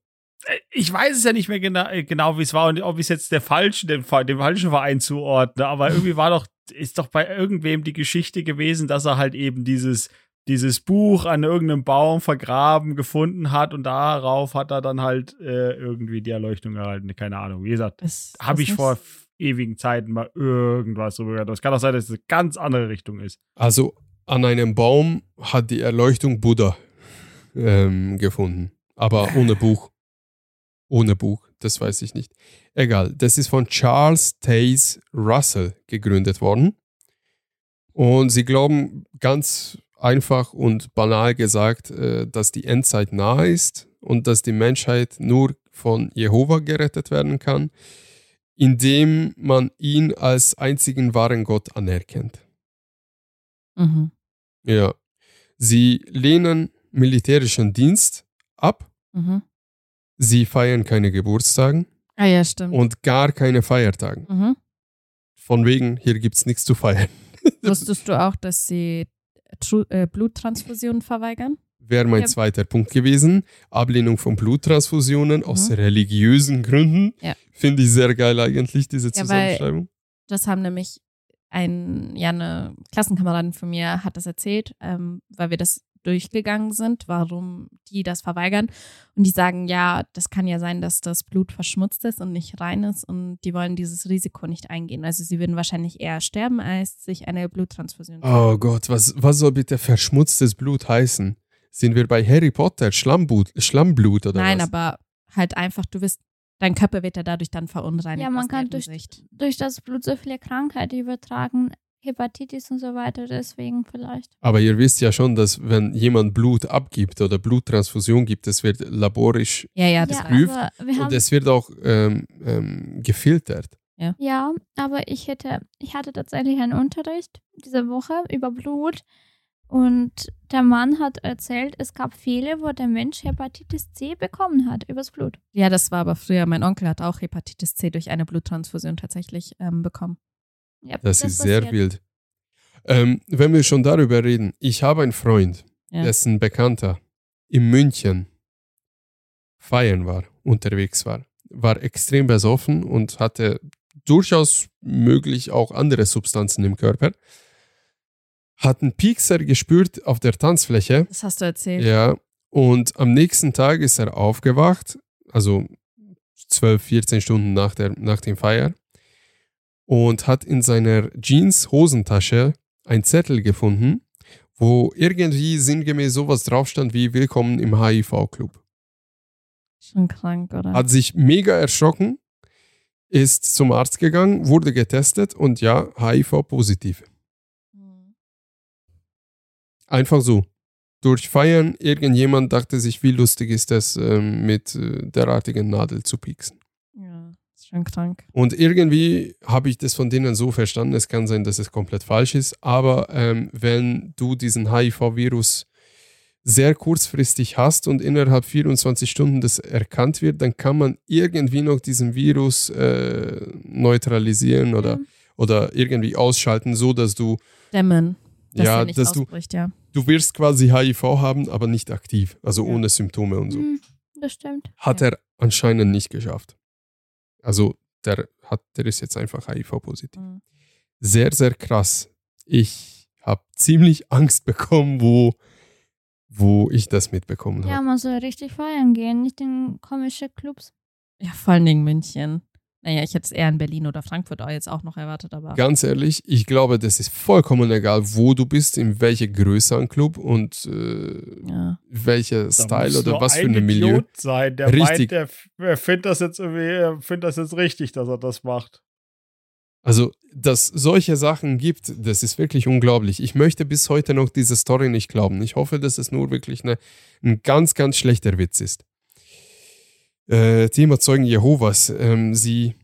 Äh, Ich weiß es ja nicht mehr genau, äh, genau wie es war und ob ich es jetzt der falschen, dem, Fa- dem falschen Verein zuordne, aber irgendwie war doch, ist doch bei irgendwem die Geschichte gewesen, dass er halt eben dieses, dieses Buch an irgendeinem Baum vergraben gefunden hat und darauf hat er dann halt äh, irgendwie die Erleuchtung erhalten. Keine Ahnung. Wie gesagt, Ist- habe ist ich nicht- vor f- ewigen Zeiten mal irgendwas drüber gehört. Aber Es kann auch sein, dass es eine ganz andere Richtung ist. Also an einem Baum hat die Erleuchtung Buddha ähm, gefunden, aber ohne Buch. Ohne Buch, das weiß ich nicht. Egal, das ist von Charles Taze Russell gegründet worden. Und sie glauben ganz einfach und banal gesagt, äh, dass die Endzeit nahe ist und dass die Menschheit nur von Jehova gerettet werden kann, indem man ihn als einzigen wahren Gott anerkennt. Mhm. Ja. Sie lehnen militärischen Dienst ab, Mhm. sie feiern keine Geburtstagen Ah ja, stimmt. und gar keine Feiertagen. mhm. Von wegen, hier gibt's nichts zu feiern. Wusstest du auch, dass sie Tru äh, Bluttransfusionen verweigern. Wäre mein Ja. zweiter Punkt gewesen. Ablehnung von Bluttransfusionen aus Mhm. religiösen Gründen. Ja. Finde ich sehr geil eigentlich, diese Ja, weil- Zusammenschreibung. Das haben nämlich ein, ja, eine Klassenkameradin von mir hat das erzählt, ähm, weil wir das durchgegangen sind, warum die das verweigern. Und die sagen, ja, das kann ja sein, dass das Blut verschmutzt ist und nicht rein ist und die wollen dieses Risiko nicht eingehen. Also sie würden wahrscheinlich eher sterben, als sich eine Bluttransfusion. Oh Gott, was, was soll bitte verschmutztes Blut heißen? Sind wir bei Harry Potter? Schlammblut, Schlammblut oder Nein, was? aber halt einfach, du wirst, dein Körper wird ja dadurch dann verunreinigt. Ja, man aus kann durch- Nervensicht. Durch das Blut so viele Krankheiten übertragen, Hepatitis und so weiter, deswegen vielleicht. Aber ihr wisst ja schon, dass wenn jemand Blut abgibt oder Bluttransfusion gibt, es wird laborisch Ja, ja, das ja, war- prüft aber wir und haben, es wird auch ähm, ähm, gefiltert. ja, aber ich hätte, ich hatte tatsächlich einen Unterricht diese Woche über Blut und der Mann hat erzählt, es gab Fälle, wo der Mensch Hepatitis C bekommen hat übers Blut. ja, das war aber früher. Mein Onkel hat auch Hepatitis C durch eine Bluttransfusion tatsächlich ähm, bekommen. Ja, Das, ist sehr passiert. wild. Ähm, wenn wir schon darüber reden, ich habe einen Freund, Ja. dessen Bekannter in München feiern war, unterwegs war, war extrem besoffen und hatte durchaus möglich auch andere Substanzen im Körper, hat einen Piekser gespürt auf der Tanzfläche Das hast du erzählt. ja, und am nächsten Tag ist er aufgewacht, also 12, 14 Stunden nach, der, nach dem Feier, und hat in seiner Jeans-Hosentasche einen Zettel gefunden, wo irgendwie sinngemäß sowas draufstand wie Willkommen im HIV-Club Schon krank, oder? hat sich mega erschrocken, ist zum Arzt gegangen, wurde getestet und ja, HIV-positiv. Mhm. Einfach so. Durch Feiern, irgendjemand dachte sich, wie lustig ist das, ähm, mit äh, derartigen Nadel zu pieksen. ja, ist schon krank. Und irgendwie habe ich das von denen so verstanden, es kann sein, dass es komplett falsch ist, aber ähm, wenn du diesen HIV-Virus sehr kurzfristig hast und innerhalb 24 Stunden das erkannt wird, dann kann man irgendwie noch diesen Virus äh, neutralisieren oder, Mhm. Ja. oder irgendwie ausschalten, so dass du, Dämmen, dass ja, er nicht dass du, ausbricht, ja. du wirst quasi HIV haben, aber nicht aktiv, also Ja. ohne Symptome und so. Mhm, Das stimmt. Hat Ja. er anscheinend nicht geschafft. Also der, hat, der ist jetzt einfach HIV-positiv Mhm. sehr, sehr krass. Ich habe ziemlich Angst bekommen, wo, wo ich das mitbekommen Ja, habe. man soll richtig feiern gehen, nicht in komische Clubs. Ja, vor allen Dingen München. Naja, ich hätte es eher in Berlin oder Frankfurt auch jetzt auch noch erwartet, aber Ganz ehrlich, ich glaube, das ist vollkommen egal, wo du bist, in welcher Größe an Club und äh, ja. welcher Da Style muss oder nur was für ein ein Milieu. Idiot sein, der Richtig. meint, der f- er findet das jetzt irgendwie, er findet das jetzt richtig, dass er das macht. Also, dass solche Sachen gibt, das ist wirklich unglaublich. Ich möchte bis heute noch diese Story nicht glauben. Ich hoffe, dass es nur wirklich eine, ein ganz, ganz schlechter Witz ist. Äh, Thema Zeugen Jehovas. Ähm, sie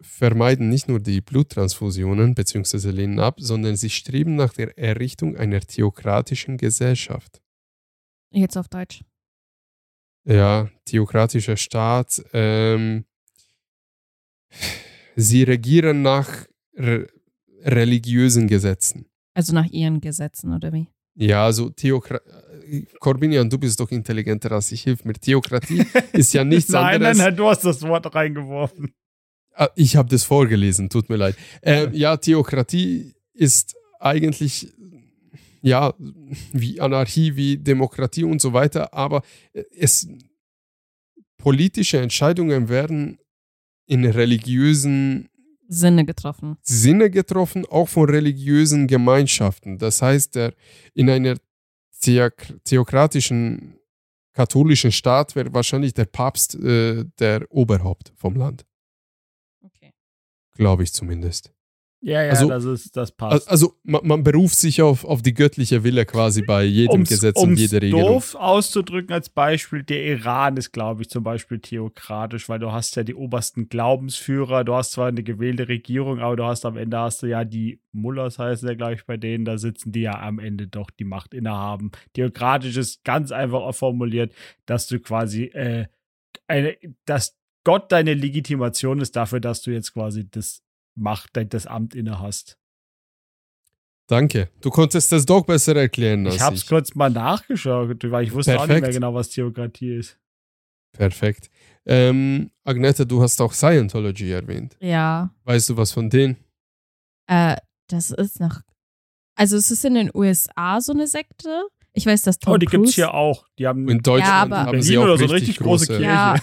vermeiden nicht nur die Bluttransfusionen bzw. lehnen ab, sondern sie streben nach der Errichtung einer theokratischen Gesellschaft. jetzt auf Deutsch. Ja, theokratischer Staat. Ähm, sie regieren nach re religiösen Gesetzen. Also nach ihren Gesetzen, oder wie? Ja, also Theokra äh, Corbinian, du bist doch intelligenter als ich. Hilf mir. Theokratie ist ja nichts nein, anderes. nein, nein, du hast das Wort reingeworfen. Ah, Ich habe das vorgelesen, tut mir leid. Ähm, ja, Theokratie ist eigentlich, ja, wie Anarchie, wie Demokratie und so weiter, aber es, politische Entscheidungen werden in religiösen Sinne getroffen. Sinne getroffen, auch von religiösen Gemeinschaften. Das heißt, der, in einer theak- theokratischen katholischen Staat wäre wahrscheinlich der Papst äh, der Oberhaupt vom Land, Okay. glaube ich zumindest. Ja, ja, Also- das ist, das Al- passt. Also man, man beruft sich auf, auf die göttliche Wille quasi bei jedem Gesetz und um's jeder Regelung. doof auszudrücken als Beispiel, der Iran ist, glaube ich, zum Beispiel theokratisch, weil du hast ja die obersten Glaubensführer, du hast zwar eine gewählte Regierung, aber du hast am Ende hast du ja die Mullers heißen ja, glaube ich, bei denen, da sitzen die ja am Ende doch die Macht innehaben. Theokratisch ist ganz einfach formuliert, dass du quasi äh, eine, dass Gott deine Legitimation ist dafür, dass du jetzt quasi das Macht, das Amt inne hast. Danke. Du konntest das doch besser erklären als Ich hab's kurz mal nachgeschaut, weil ich wusste auch nicht Perfekt. mehr genau, was Theokratie ist. Perfekt. Ähm, Agneta, du hast auch Scientology erwähnt. Ja. Weißt du was von denen? Äh, das ist noch. Also es ist in den USA so eine Sekte. Ich weiß, dass Tom Oh, die Cruise, gibt's hier auch. Die haben In Deutschland aber- haben Berlin sie auch oder so richtig, richtig große große, Kirchen. Ja,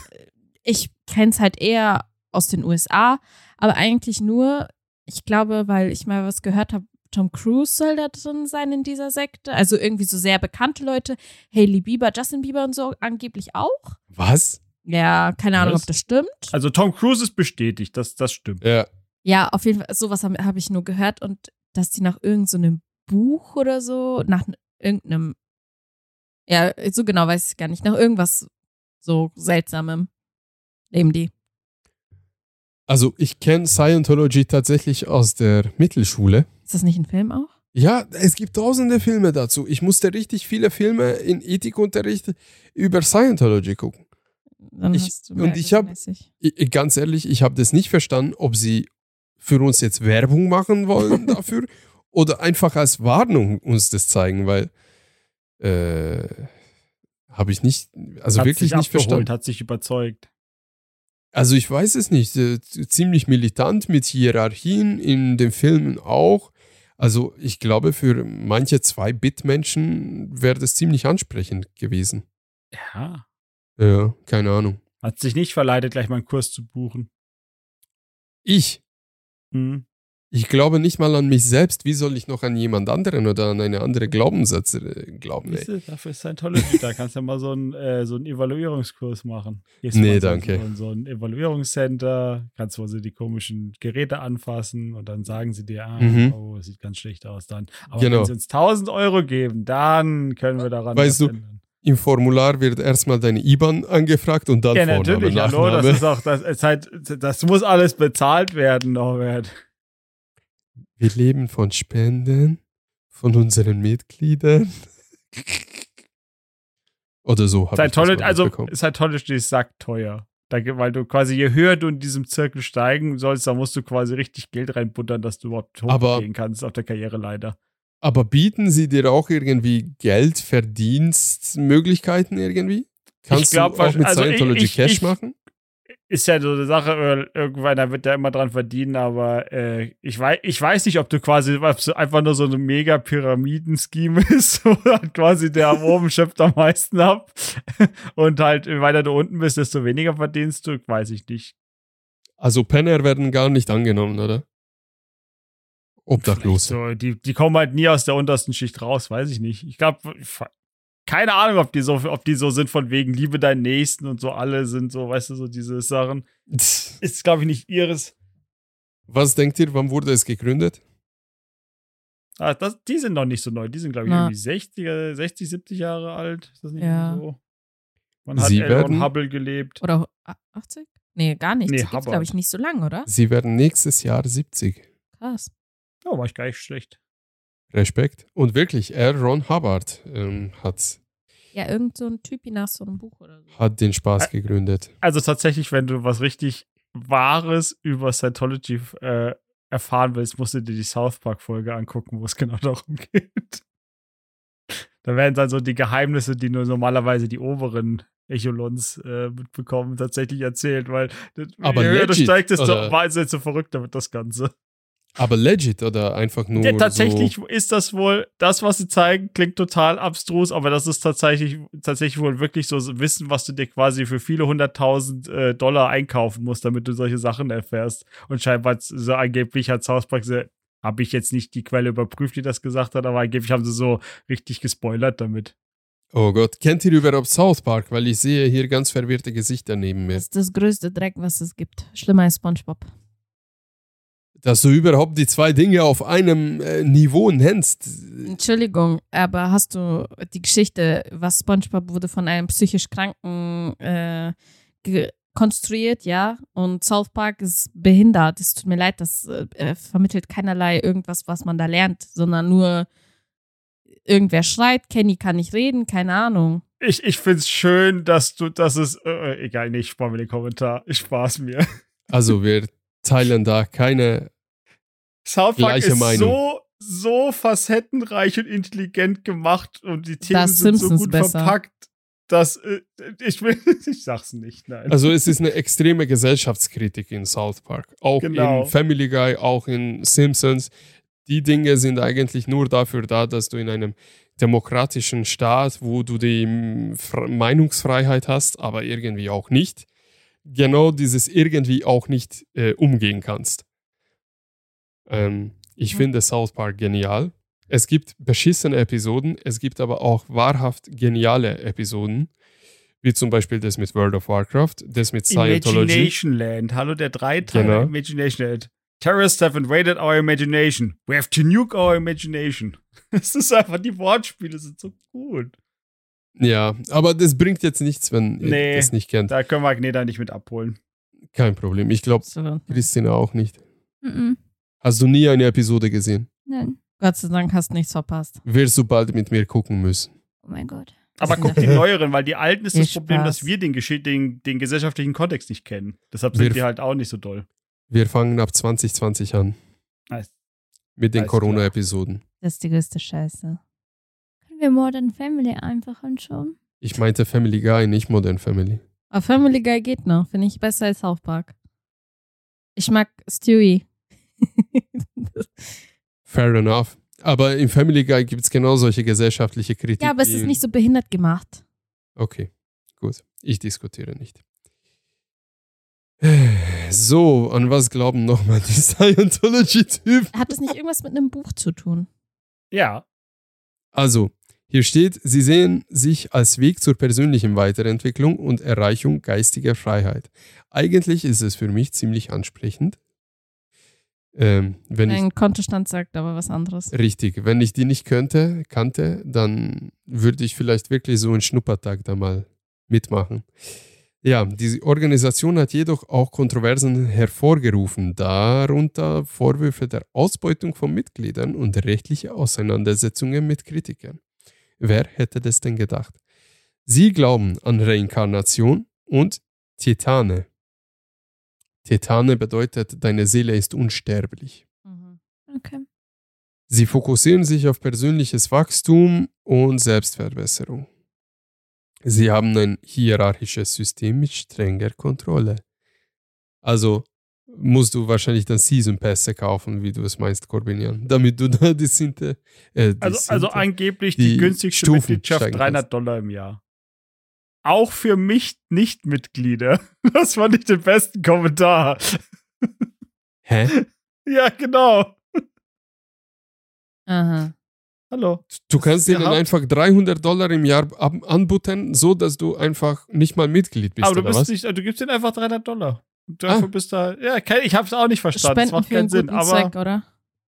ich kenn's halt eher aus den USA, aber eigentlich nur, ich glaube, weil ich mal was gehört habe, Tom Cruise soll da drin sein in dieser Sekte. Also irgendwie so sehr bekannte Leute. Hailey Bieber, Justin Bieber und so angeblich auch. Was? Ja, keine Ahnung, Was? ob das stimmt. also Tom Cruise ist bestätigt, das, das stimmt. Ja. Ja, auf jeden Fall, sowas habe hab ich nur gehört und dass die nach irgendeinem so einem Buch oder so, nach n- irgendeinem, ja, so genau weiß ich gar nicht, nach irgendwas so seltsamem leben die. Also ich kenne Scientology tatsächlich aus der Mittelschule. Ist das nicht ein Film auch? Ja, es gibt tausende Filme dazu. Ich musste richtig viele Filme in Ethikunterricht über Scientology gucken. Dann Ich- hast du und mehr ich hab- regelmäßig. Ich- ich- ganz ehrlich, ich habe das nicht verstanden, ob sie für uns jetzt Werbung machen wollen dafür oder einfach als Warnung uns das zeigen, weil äh, habe ich nicht, also hat wirklich sich nicht abgeholt, verstanden. hat sich überzeugt. Also ich weiß es nicht, äh, z- ziemlich militant mit Hierarchien in den Filmen auch. Also ich glaube, für manche 2-Bit-Menschen wäre das ziemlich ansprechend gewesen. Ja. Ja, keine Ahnung. Hat sich nicht verleitet, gleich mal einen Kurs zu buchen. Ich Hm. Ich glaube nicht mal an mich selbst. Wie soll ich noch an jemand anderen oder an eine andere Glaubenssätze äh, glauben? Siehst Ey? du, dafür ist Scientology da. Kannst ja mal so einen, äh, so einen Evaluierungskurs machen. Gehst Nee, mal so- danke. So, in so ein Evaluierungscenter, kannst wo sie die komischen Geräte anfassen und dann sagen sie dir, ah, Mhm. oh, sieht ganz schlecht aus dann. Aber Genau. wenn sie uns 1000 Euro geben, dann können wir daran Weißt was du, ändern. Im Formular wird erstmal deine IBAN angefragt und dann Ja, Vorname, natürlich, hallo, Nachname. das ist auch, das ist halt, das muss alles bezahlt werden, Norbert. Wir leben von Spenden von unseren Mitgliedern. Oder so habe ich das Scientology, mal also mitbekommen. Scientology ist sackteuer. Da, ge- weil du quasi, je höher du in diesem Zirkel steigen sollst, da musst du quasi richtig Geld reinbuttern, dass du überhaupt Aber- hochgehen kannst auf der Karriereleiter. Aber bieten sie dir auch irgendwie Geldverdienstmöglichkeiten irgendwie? Kannst glaub, du auch mit also ich- Scientology ich- Cash ich- machen? Ist ja so eine Sache, ir- irgendwann da wird der immer dran verdienen, aber äh, ich, weiß, ich weiß nicht, ob du quasi ob so einfach nur so eine mega Pyramiden-Scheme ist, wo halt quasi der am oben schöpft am meisten ab und halt, je weiter du unten bist, desto weniger verdienst du, weiß ich nicht. Also Penner werden gar nicht angenommen, oder? Obdachlose. So, die, die kommen halt nie aus der untersten Schicht raus, weiß ich nicht. Ich glaube, keine Ahnung, ob die, so, ob die so sind von wegen Liebe deinen Nächsten und so alle sind so, weißt du, so diese Sachen. Ist, glaube ich, nicht ihres. Was denkt ihr, wann wurde es gegründet? Ah, das, die sind noch nicht so neu. Die sind, glaube ich, Na. irgendwie 60, 60, 70 Jahre alt. Ist das nicht Ja. irgendwie so? Man hat Sie Elon werden- Hubble gelebt. Oder a- 80? Nee, gar nicht. Nee, das gibt's, Hubbard. glaube ich, nicht so lang, oder? Sie werden nächstes Jahr 70. Krass. Ja, Oh, war ich gar nicht schlecht. Respekt. Und wirklich, R. Ron Hubbard ähm, hat, Ja, irgend so ein Typi nach so einem Buch oder so. hat den Spaß Ä- gegründet. Also tatsächlich, wenn du was richtig Wahres über Scientology äh, erfahren willst, musst du dir die South Park-Folge angucken, wo es genau darum geht. Da werden dann so die Geheimnisse, die nur normalerweise die oberen Echolons äh, mitbekommen, tatsächlich erzählt, weil das- Aber je höher du legit, steigst, desto oder? war es jetzt so verrückter wird das Ganze. Aber legit oder einfach nur. Ja, tatsächlich So, ist das wohl, das, was sie zeigen, klingt total abstrus, aber das ist tatsächlich, tatsächlich wohl wirklich so Wissen, was du dir quasi für viele hunderttausend äh, Dollar einkaufen musst, damit du solche Sachen erfährst. Und scheinbar, so angeblich hat South Park, habe ich jetzt nicht die Quelle überprüft, die das gesagt hat, aber angeblich haben sie so richtig gespoilert damit. oh Gott, kennt ihr überhaupt South Park? Weil ich sehe hier ganz verwirrte Gesichter neben mir. Das ist das größte Dreck, was es gibt. Schlimmer als Spongebob. Dass du überhaupt die zwei Dinge auf einem äh, Niveau nennst. Entschuldigung, aber hast du die Geschichte, was SpongeBob wurde von einem psychisch Kranken äh, ge- konstruiert, ja? Und South Park ist behindert. Es tut mir leid, das äh, äh, vermittelt keinerlei irgendwas, was man da lernt, sondern nur irgendwer schreit, Kenny kann nicht reden, keine Ahnung. Ich, ich finde es schön, dass du, dass es, äh, egal, nee, ich spare mir den Kommentar, ich spaß mir. Also wir teilen da keine. South Park Gleiche ist Meinung. so so facettenreich und intelligent gemacht und die Themen Das sind so Simpsons gut besser. verpackt, dass äh, ich will, ich sag's nicht, nein. Also es ist eine extreme Gesellschaftskritik in South Park. Auch Genau. in Family Guy, auch in Simpsons. Die Dinge sind eigentlich nur dafür da, dass du in einem demokratischen Staat, wo du die mm, Fre- Meinungsfreiheit hast, aber irgendwie auch nicht, genau dieses irgendwie auch nicht äh, umgehen kannst. Ähm, ich Mhm. finde South Park genial. Es gibt beschissene Episoden, es gibt aber auch wahrhaft geniale Episoden, wie zum Beispiel das mit World of Warcraft, das mit Scientology. Imagination Land. Hallo, der Dreiteiler Genau. Imagination Land. Terrorists have invaded our imagination. We have to nuke our imagination. Es ist einfach, die Wortspiele sind so gut. Ja, aber das bringt jetzt nichts, wenn Nee. ihr das nicht kennt. Da können wir Agneta nicht mit abholen. Kein Problem. Ich glaube, So. Christina auch nicht. Mhm. Hast du nie eine Episode gesehen? Nein. Gott sei Dank hast du nichts verpasst. Wirst du bald mit mir gucken müssen. Oh mein Gott. Aber guck die neueren, weil die alten ist das Viel Problem, Spaß. dass wir den, gesche- den, den gesellschaftlichen Kontext nicht kennen. Deshalb sind Wir- die halt auch nicht so doll. Wir fangen ab 2020 an. Alles- Mit den alles klar. Corona-Episoden. Das ist die größte Scheiße. Können wir Modern Family einfach anschauen? Ich meinte Family Guy, nicht Modern Family. Aber Family Guy geht noch. Finde ich besser als South Park. Ich mag Stewie. Fair enough. Aber in Family Guy gibt es genau solche gesellschaftliche Kritik. ja, aber es die- ist nicht so behindert gemacht. Okay, gut. Ich diskutiere nicht. So, an was glauben nochmal die Scientology-Typen? Hat es nicht irgendwas mit einem Buch zu tun? Ja. Also, hier steht, sie sehen sich als Weg zur persönlichen Weiterentwicklung und Erreichung geistiger Freiheit. Eigentlich ist es für mich ziemlich ansprechend. Ähm, wenn ich Mein Kontostand sagt aber was anderes. Richtig, wenn ich die nicht könnte, kannte, dann würde ich vielleicht wirklich so einen Schnuppertag da mal mitmachen. Ja, diese Organisation hat jedoch auch Kontroversen hervorgerufen, darunter Vorwürfe der Ausbeutung von Mitgliedern und rechtliche Auseinandersetzungen mit Kritikern. Wer hätte das denn gedacht? Sie glauben an Reinkarnation und Titane. Titane bedeutet, deine Seele ist unsterblich. Mhm. Okay. Sie fokussieren sich auf persönliches Wachstum und Selbstverbesserung. Sie haben ein hierarchisches System mit strenger Kontrolle. Also musst du wahrscheinlich dann Season Pässe kaufen, wie du es meinst, Corbinian, damit du da die Sinte. Äh, die Also, also Sinte- angeblich die, die günstigste Stufen Mitgliedschaft steigen 300 Dollar im Jahr. Auch für mich Nicht-Mitglieder. Das fand ich den besten Kommentar. Hä? Ja, genau. Aha. Hallo. Du kannst ihr ihnen habt- einfach 300 Dollar im Jahr ab- anbieten, so dass du einfach nicht mal Mitglied bist, Aber du oder bist was? nicht, du gibst ihnen einfach 300 Dollar. Und Dafür Ah. bist du, ja, kein, ich hab's auch nicht verstanden. Spenden das macht für einen keinen Sinn. guten Aber Zweck, oder?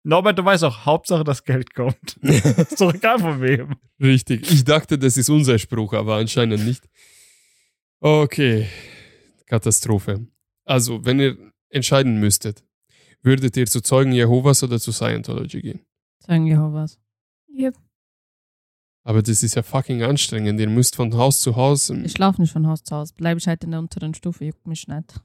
Norbert, du weißt auch, Hauptsache das Geld kommt. ist doch egal von wem. Richtig. Ich dachte, das ist unser Spruch, aber anscheinend nicht. Okay. Katastrophe. Also, wenn ihr entscheiden müsstet, würdet ihr zu Zeugen Jehovas oder zu Scientology gehen? Zeugen Jehovas. Yep. Aber das ist ja fucking anstrengend. Ihr müsst von Haus zu Haus. ähm, Ich laufe nicht von Haus zu Haus. Bleibe ich halt in der unteren Stufe, juckt mich nicht.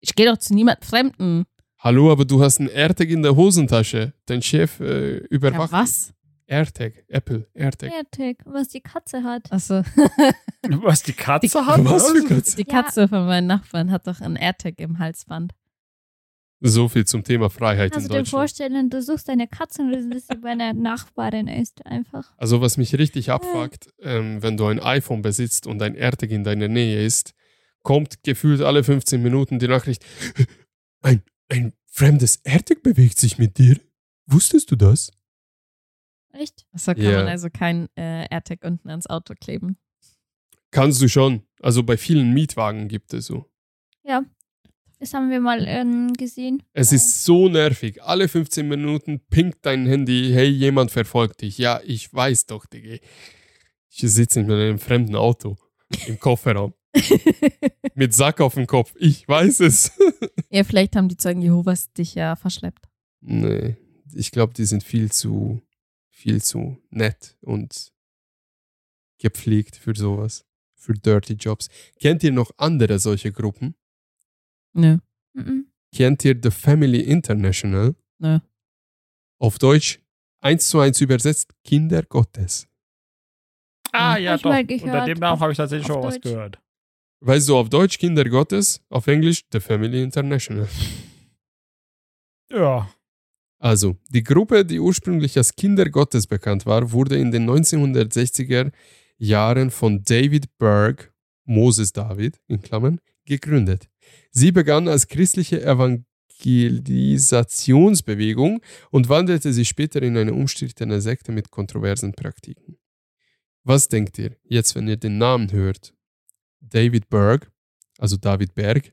Ich gehe doch zu niemand Fremden. Hallo, aber du hast einen AirTag in der Hosentasche. Dein Chef äh, Ja, überwacht. was? AirTag. Apple. AirTag. Fertig. Was die Katze Halt hat. Also Was die Katze Die- hat? Was für Katze? die Ja. Katze von meinen Nachbarn hat doch ein AirTag im Halsband. So viel zum Thema Freiheit Also, Kannst in du dir Deutschland. vorstellen, du suchst deine Katze und das ist bei einer Nachbarin ist einfach. Also was mich richtig abfuckt, ähm, wenn du ein iPhone besitzt und ein AirTag in deiner Nähe ist, kommt gefühlt alle 15 Minuten die Nachricht, "Äh, ein, ein fremdes AirTag bewegt sich mit dir. Wusstest du das? Echt? Also kann Ja. man also kein äh, AirTag unten ans Auto kleben. Kannst du schon. Also bei vielen Mietwagen gibt es so. Das haben wir mal ähm, gesehen. Es ist so nervig. Alle 15 Minuten pinkt dein Handy, hey, jemand verfolgt dich. Ja, ich weiß doch, Digga. Ich sitze in einem fremden Auto im Kofferraum mit Sack auf dem Kopf. Ich weiß es. ja, vielleicht haben die Zeugen Jehovas dich ja verschleppt. Nee, ich glaube, die sind viel zu, viel zu nett und gepflegt für sowas, für Dirty Jobs. Kennt ihr noch andere solche Gruppen? Nö. Mhm. Kennt ihr The Family International? Nö. Auf Deutsch eins zu eins übersetzt Kinder Gottes. Ah, ja, Hab ich doch. mal gehört. Unter dem Namen habe ich tatsächlich Auf schon mal was Deutsch. gehört. Weißt du, auf Deutsch Kinder Gottes, auf Englisch The Family International. Ja. Also, die Gruppe, die ursprünglich als Kinder Gottes bekannt war, wurde in den 1960er Jahren von David Berg, Moses David in Klammern, gegründet. Sie begann als christliche Evangelisationsbewegung und wandelte sich später in eine umstrittene Sekte mit kontroversen Praktiken. Was denkt ihr jetzt, wenn ihr den Namen hört? David Berg, also David Berg,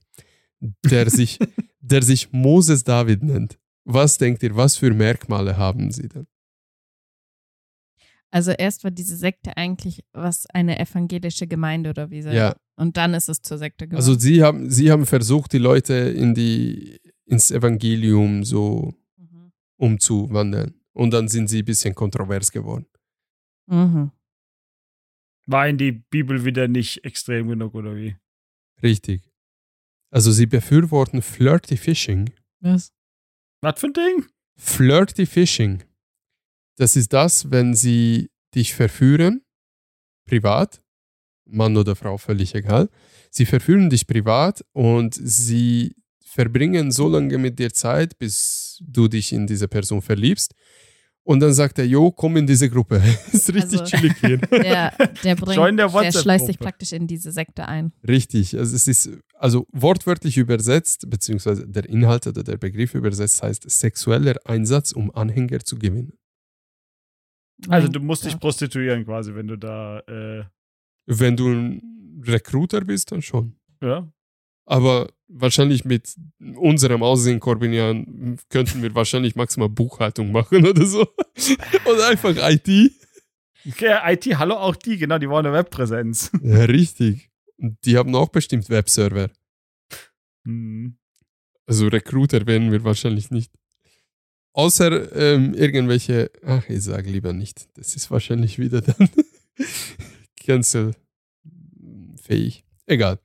der sich, der sich Moses David nennt. Was denkt ihr, was für Merkmale haben sie denn? Also erst war diese Sekte eigentlich was eine evangelische Gemeinde oder wie so. Ja. Und dann ist es zur Sekte geworden. Also sie haben, sie haben versucht, die Leute in die, ins Evangelium so mhm. umzuwandeln. Und dann sind sie ein bisschen kontrovers geworden. Mhm. War in die Bibel wieder nicht extrem genug, oder wie? Richtig. Also sie befürworten Flirty Fishing. Was? Was für ein Ding? Flirty Fishing. Das ist das, wenn sie dich verführen, privat, Mann oder Frau, völlig egal. Sie verführen dich privat und sie verbringen so lange mit dir Zeit, bis du dich in diese Person verliebst. Und dann sagt er, jo, komm in diese Gruppe. ist richtig Also- chillig hier. Der, der Join bringt, der der, schleust dich WhatsApp-Gruppe. praktisch in diese Sekte ein. Richtig, also es ist also wortwörtlich übersetzt, beziehungsweise der Inhalt oder der Begriff übersetzt heißt sexueller Einsatz, um Anhänger zu gewinnen. Also Mein du musst dich Gott. prostituieren quasi, wenn du da, äh, Wenn du ein Recruiter bist, dann schon. ja. Aber wahrscheinlich mit unserem Aussehen, Corbinian, könnten wir wahrscheinlich maximal Buchhaltung machen oder so. Und einfach IT. Okay, IT, hallo, auch die, genau, die wollen eine Webpräsenz. Ja, richtig. Und die haben auch bestimmt Webserver. Hm. Also Recruiter werden wir wahrscheinlich nicht. Außer ähm, irgendwelche, ach, ich sage lieber nicht. Das ist wahrscheinlich wieder dann cancel-fähig. Egal.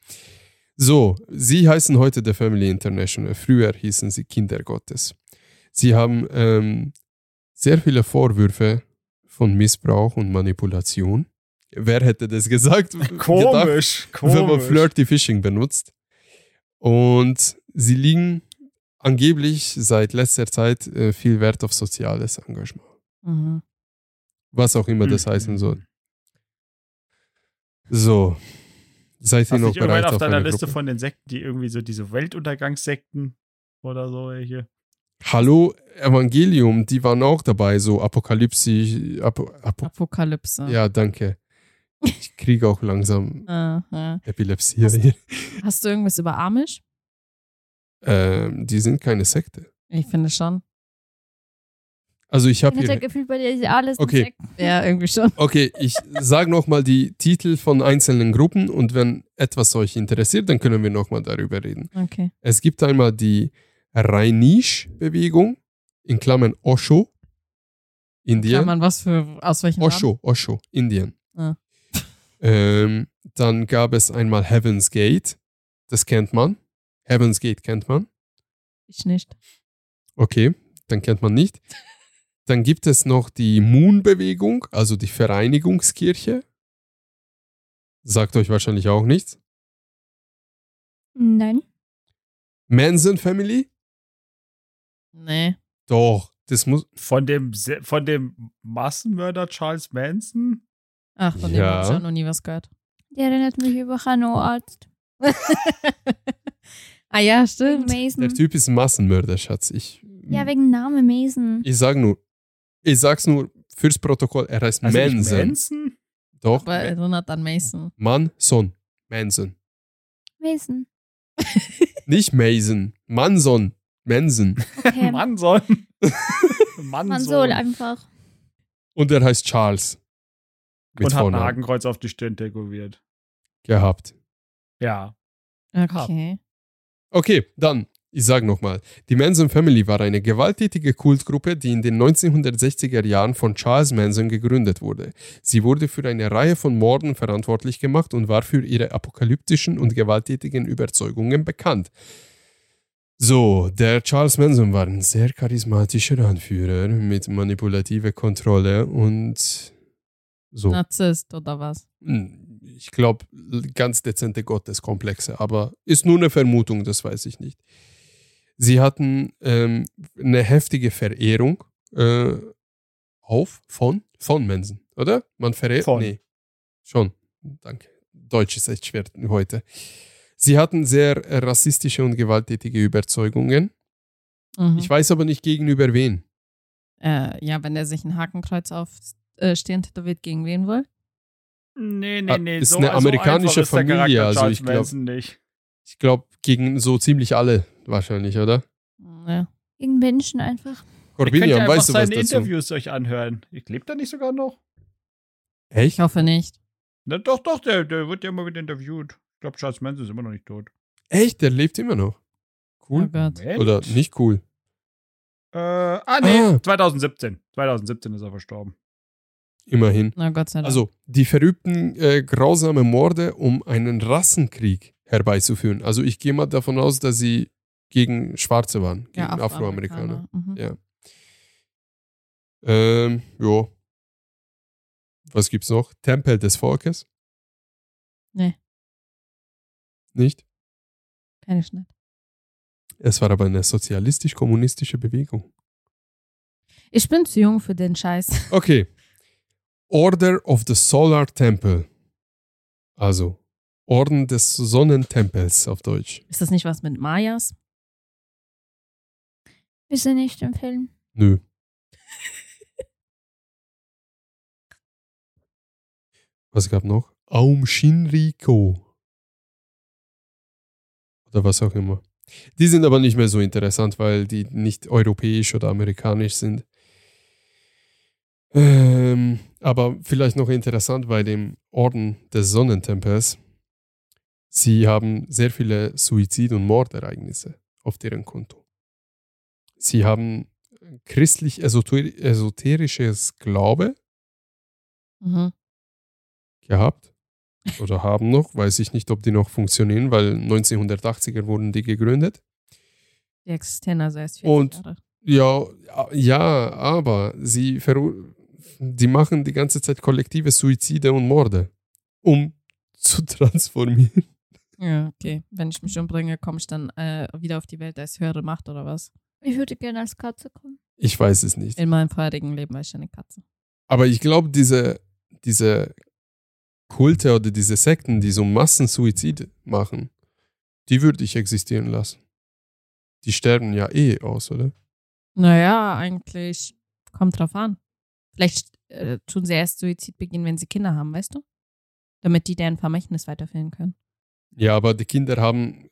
So, sie heißen heute The Family International. Früher hießen sie Kinder Gottes. Sie haben ähm, sehr viele Vorwürfe von Missbrauch und Manipulation. Wer hätte das gesagt? Gedacht? Komisch, komisch. wenn man Flirty Fishing benutzt. Und sie liegen angeblich seit letzter Zeit äh, viel Wert auf soziales Engagement. Mhm. Was auch immer das Mhm. heißen soll. So. Seid ihr Hast du noch nicht irgendwann bereit auf auf, deiner eine Liste Gruppe? von den Sekten, die irgendwie so diese Weltuntergangssekten oder so welche? Hallo Evangelium, die waren auch dabei, so Apokalypse. Apo, Apo, Apokalypse. ja, danke. Ich kriege auch langsam Ah. Aha. Epilepsie. Hier. Hast du irgendwas über Amish? Ähm, die sind keine Sekte. Ich finde schon. Also ich Ich habe hatte hier gefühlt bei dir ist alles Okay. Sekt. Ja, irgendwie schon. Okay, ich sage nochmal die Titel von einzelnen Gruppen und wenn etwas euch interessiert, dann können wir nochmal darüber reden. Okay. Es gibt einmal die Rheinisch-Bewegung, in Klammern Osho, Kann Indien. man was für, aus welchem Land? Osho, Osho, Indien. Ah. Ähm, dann gab es einmal Heaven's Gate, das kennt man. Heaven's Gate kennt man. Ich nicht. Okay, dann kennt man nicht. Dann gibt es noch die Moon-Bewegung, also die Vereinigungskirche. Sagt euch wahrscheinlich auch nichts. Nein. Manson Family? Nee. Doch, das muss. Von dem, Se- von dem Massenmörder Charles Manson? Ach, von dem Ja. habe ich auch noch nie was gehört. Der erinnert mich über Arzt. ah ja, stimmt. Der Mason. Typ ist ein Massenmörder, Schatz. Ich, Hm. Ja, wegen Name Mason. ich sag nur, ich sag's nur fürs Protokoll, er heißt Also nicht Manson. Manson? Doch, ne. Aber erinnert an Mason. Manson. Manson. Mason. Nicht Mason. Manson. Manson. Okay. Manson. Manson. Man soll einfach. Und er heißt Charles. Mit Und hat ein Vornamen Hakenkreuz auf die Stirn tätowiert. gehabt. Ja. Okay. Okay, dann, ich sage nochmal. Die Manson Family war eine gewalttätige Kultgruppe, die in den 1960er Jahren von Charles Manson gegründet wurde. Sie wurde für eine Reihe von Morden verantwortlich gemacht und war für ihre apokalyptischen und gewalttätigen Überzeugungen bekannt. So, der Charles Manson war ein sehr charismatischer Anführer mit manipulativer Kontrolle und so. Narzisst oder was? Hm, Ich glaube, ganz dezente Gotteskomplexe, aber ist nur eine Vermutung, das weiß ich nicht. Sie hatten ähm, eine heftige Verehrung äh, auf von, von Mensen, oder? Man verehrt. Von. Nee. Schon. Danke. Deutsch ist echt schwer heute. Sie hatten sehr äh, rassistische und gewalttätige Überzeugungen. Mhm. Ich weiß aber nicht gegenüber wen. äh, ja, wenn er sich ein Hakenkreuz auf äh, Stirn tätowiert, gegen wen wohl? Nee, Ah, nee, nee. ist so, eine so amerikanische einfach ist der Familie, Charakter also Charles ich glaub- Manson nicht. Ich glaube, gegen so ziemlich alle wahrscheinlich, oder? Ja. Gegen Menschen einfach. Ihr könnt ja Corbinian, einfach weißt du was seine dazu? Interviews euch anhören. Lebt er nicht sogar noch? Echt? Ich hoffe nicht. Na doch, doch, der, der wird ja immer wieder interviewt. Ich glaube, Charles Manson ist immer noch nicht tot. Echt? Der lebt immer noch. Oh Cool. Gott. Moment. Oder nicht cool. Äh, ah, nee, Ah. 2017. 2017 ist er verstorben. Immerhin. Na Gott sei Dank. Also, die verübten äh, grausame Morde, um einen Rassenkrieg herbeizuführen. Also, ich gehe mal davon aus, dass sie gegen Schwarze waren, gegen ja, Afroamerikaner. Mhm. Ja. Ähm, jo. Was gibt's noch? Tempel des Volkes? Nee. Nicht? Keine Schnitt. Es war aber eine sozialistisch-kommunistische Bewegung. Ich bin zu jung für den Scheiß. Okay. Order of the Solar Temple. Also, Orden des Sonnentempels auf Deutsch. Ist das nicht was mit Mayas? Wir sind nicht im Film. Nö. was gab noch? Aum Shinriko. Oder was auch immer. Die sind aber nicht mehr so interessant, weil die nicht europäisch oder amerikanisch sind. Ähm, aber vielleicht noch interessant bei dem Orden des Sonnentempels. Sie haben sehr viele Suizid- und Mordereignisse auf deren Konto. Sie haben christlich-esoterisches Glaube Mhm. gehabt oder haben noch. Weiß ich nicht, ob die noch funktionieren, weil 1980er wurden die gegründet. Die existieren also erst 40 Und- Jahre. Ja, ja, aber sie verur- die machen die ganze Zeit kollektive Suizide und Morde, um zu transformieren. Ja, okay. Wenn ich mich umbringe, komme ich dann äh, wieder auf die Welt als höhere Macht oder was? Ich würde gerne als Katze kommen. Ich weiß es nicht. In meinem vorherigen Leben war ich eine Katze. Aber ich glaube, diese, diese Kulte oder diese Sekten, die so Massensuizide machen, die würde ich existieren lassen. Die sterben ja eh aus, oder? Naja, eigentlich kommt drauf an. Vielleicht äh, tun sie erst Suizid begehen, wenn sie Kinder haben, weißt du? Damit die deren Vermächtnis weiterführen können. Ja, aber die Kinder haben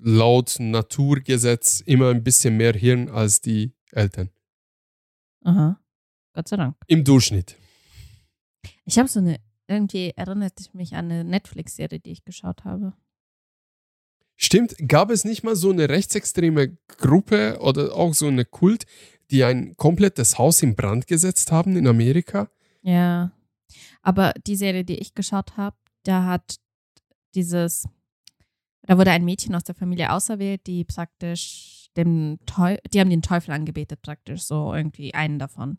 laut Naturgesetz immer ein bisschen mehr Hirn als die Eltern. Aha. Gott sei Dank. Im Durchschnitt. Ich habe so eine, irgendwie erinnert ich mich an eine Netflix-Serie, die ich geschaut habe. Stimmt, gab es nicht mal so eine rechtsextreme Gruppe oder auch so eine Kult, die ein komplettes Haus in Brand gesetzt haben in Amerika? Ja. Aber die Serie, die ich geschaut habe, da hat dieses, da wurde ein Mädchen aus der Familie auserwählt, die praktisch dem Teufel, die haben den Teufel angebetet praktisch, so irgendwie einen davon.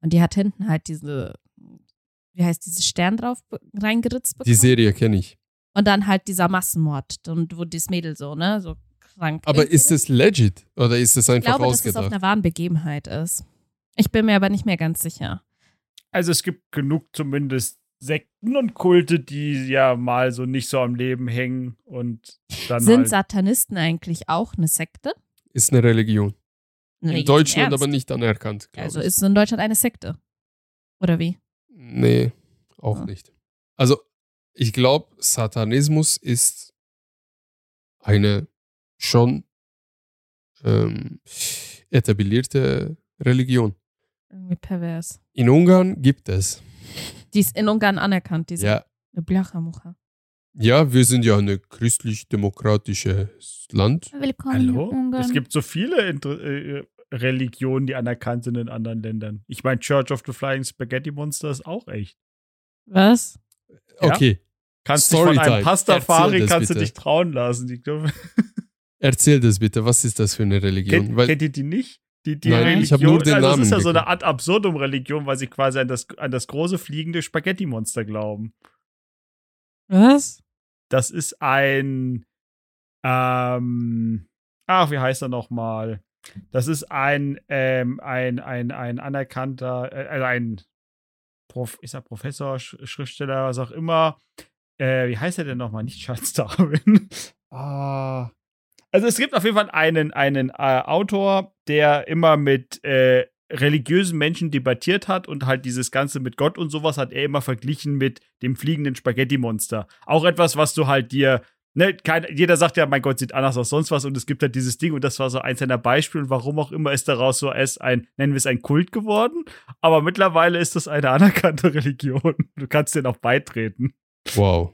Und die hat hinten halt diese, wie heißt dieses Stern drauf be- reingeritzt bekommen. Die Serie kenne ich. und dann halt dieser Massenmord und wo das Mädel so, ne, so krank. Aber ist es legit oder ist es Ich einfach glaube, dass es auf ausgedacht? einer wahren Begebenheit ist. Ich bin mir aber nicht mehr ganz sicher. Also es gibt genug zumindest Sekten und Kulte, die ja mal so nicht so am Leben hängen und dann Sind halt Satanisten eigentlich auch eine Sekte? ist eine Religion. Nee, in Deutschland ernst. aber nicht anerkannt, glaube Also ich. ist in Deutschland eine Sekte. Oder wie? nee, auch Ja. nicht. Also, ich glaube, Satanismus ist eine schon ähm, etablierte Religion. Irgendwie pervers. In Ungarn gibt es. Die ist in Ungarn anerkannt, diese Ja, Blachamucha. ja, wir sind ja ein christlich-demokratisches Land. Willkommen in Hallo? Ungarn. Es gibt so viele Inter äh, Religionen, die anerkannt sind in anderen Ländern. Ich meine, Church of the Flying Spaghetti Monster ist auch echt. Was? Ja. Okay, Kannst dich Storytime. von einem Pastafari Erzähl das kannst du bitte. dich trauen lassen. Die dürfen Erzähl das bitte, was ist das für eine Religion? Kennt, Weil kennt ihr die nicht? Die, die Nein, Religion, ich hab nur den also das ist ja Namen so eine Art Absurdum-Religion, weil sie quasi an das, an das große fliegende Spaghetti-Monster glauben. Was? Das ist ein, ähm, ach, wie heißt er nochmal? Das ist ein, ähm, ein, ein, ein anerkannter, äh, also ein, Prof, ich sag Professor, Sch Schriftsteller, was auch immer. Äh, wie heißt er denn nochmal? Nicht Charles Darwin. ah. Also es gibt auf jeden Fall einen, einen äh, Autor, der immer mit äh, religiösen Menschen debattiert hat und halt dieses Ganze mit Gott und sowas hat er immer verglichen mit dem fliegenden Spaghetti-Monster. Auch etwas, was du halt dir, ne, kein, jeder sagt ja, mein Gott sieht anders aus sonst was und es gibt halt dieses Ding und das war so eins seiner Beispiele und warum auch immer ist daraus so erst ein, nennen wir es ein Kult geworden, aber mittlerweile ist das eine anerkannte Religion. Du kannst denen auch beitreten. Wow.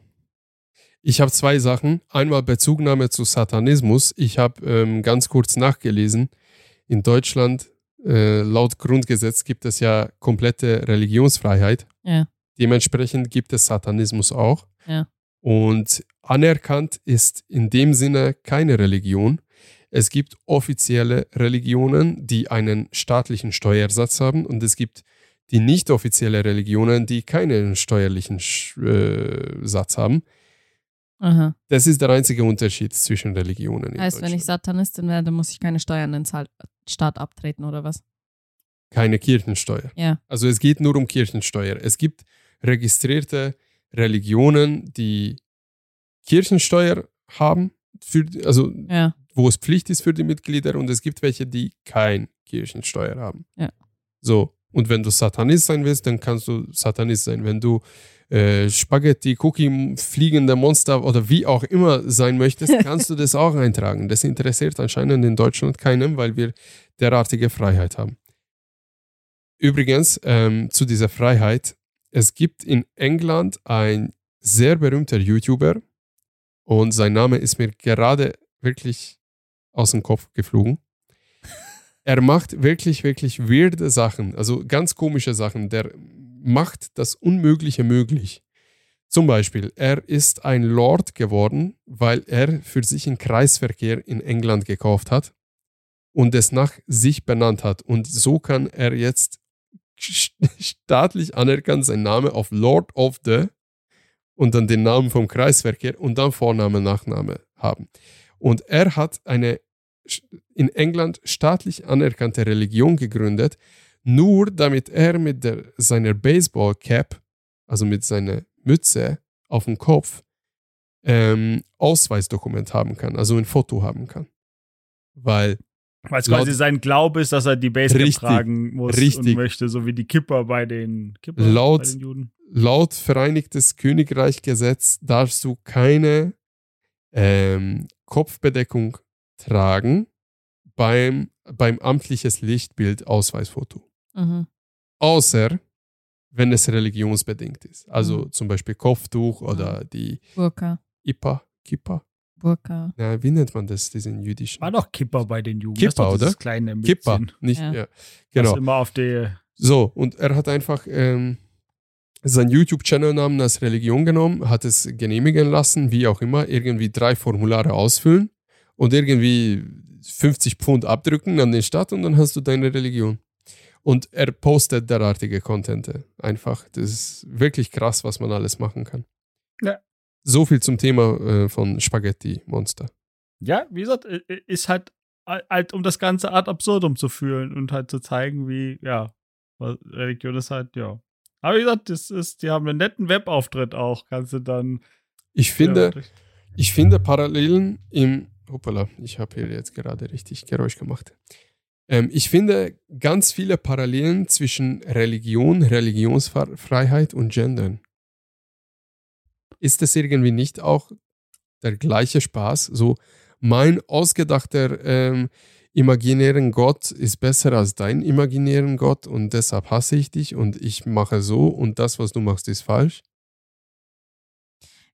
Ich habe zwei Sachen. Einmal Bezugnahme zu Satanismus. Ich habe ähm, ganz kurz nachgelesen. In Deutschland, äh, laut Grundgesetz, gibt es ja komplette Religionsfreiheit. Ja. Dementsprechend gibt es Satanismus auch. Ja. Und anerkannt ist in dem Sinne keine Religion. Es gibt offizielle Religionen, die einen staatlichen Steuersatz haben und es gibt die nicht offizielle Religionen, die keinen steuerlichen Sch äh, Satz haben. Aha. Das ist der einzige Unterschied zwischen Religionen. In Heißt, wenn ich Deutschland. Satanistin werde, muss ich keine Steuern in den Zahl- Staat abtreten oder was? Keine Kirchensteuer. Ja. Also es geht nur um Kirchensteuer. Es gibt registrierte Religionen, die Kirchensteuer haben, für, also Ja. wo es Pflicht ist für die Mitglieder und es gibt welche, die kein Kirchensteuer haben. Ja. So, und wenn du Satanist sein willst, dann kannst du Satanist sein. Wenn du äh, Spaghetti, Cookie, fliegende Monster oder wie auch immer sein möchtest, kannst du das auch eintragen. Das interessiert anscheinend in Deutschland keinem, weil wir derartige Freiheit haben. Übrigens, ähm, zu dieser Freiheit, es gibt in England ein sehr berühmter YouTuber und sein Name ist mir gerade wirklich aus dem Kopf geflogen. Er macht wirklich, wirklich weirde Sachen, also ganz komische Sachen. Der macht das Unmögliche möglich. Zum Beispiel, er ist ein Lord geworden, weil er für sich einen Kreisverkehr in England gekauft hat und es nach sich benannt hat. Und so kann er jetzt staatlich anerkannt seinen Namen auf Lord of the und dann den Namen vom Kreisverkehr und dann Vorname, Nachname haben. Und er hat eine sch- in England staatlich anerkannte Religion gegründet, nur damit er mit der, seiner Baseball-Cap, also mit seiner Mütze auf dem Kopf, ähm, Ausweisdokument haben kann, also ein Foto haben kann. Weil Weil es Laut- quasi sein Glaube ist, dass er die Basecap Richtig, tragen muss und richtig. möchte, so wie die Kipper bei den Kipper Laut- bei den Juden. laut Vereinigtes Königreich Gesetz darfst du keine ähm, Kopfbedeckung tragen beim, beim amtliches Lichtbild Ausweisfoto. Mhm. Außer wenn es religionsbedingt ist. Also Mhm. zum Beispiel Kopftuch oder die Burka. Ipa, Kippa. Burka. Na, wie nennt man das, diesen jüdischen? War doch Kipper bei den Juden. Kipper, Das ist doch dieses oder? Kleine Mützchen, Kippa, nicht, Ja. ja. Genau. Genau. Was immer auf die. So, und er hat einfach ähm, seinen YouTube-Channel-Namen als Religion genommen, hat es genehmigen lassen, wie auch immer, irgendwie drei Formulare ausfüllen und irgendwie 50 Pfund abdrücken an den Staat und dann hast du deine Religion. Und er postet derartige Contente. Einfach, das ist wirklich krass, was man alles machen kann. Ja. So viel zum Thema äh, von Spaghetti Monster. Ja, wie gesagt, äh, äh, ist halt, äh, halt, um das ganze Art absurdum zu fühlen und halt zu zeigen, wie, ja, was- Religion ist halt, ja. Aber wie gesagt, das ist, die haben einen netten Webauftritt auch. Kannst du dann. Ich finde, Ja, Ich finde Parallelen im. Hoppala, ich habe hier jetzt gerade richtig Geräusch gemacht. Ähm, ich finde ganz viele Parallelen zwischen Religion, Religionsfreiheit und Gendern. Ist das irgendwie nicht auch der gleiche Spaß? So, mein ausgedachter ähm, imaginären Gott ist besser als dein imaginären Gott und deshalb hasse ich dich und ich mache so und das, was du machst, ist falsch.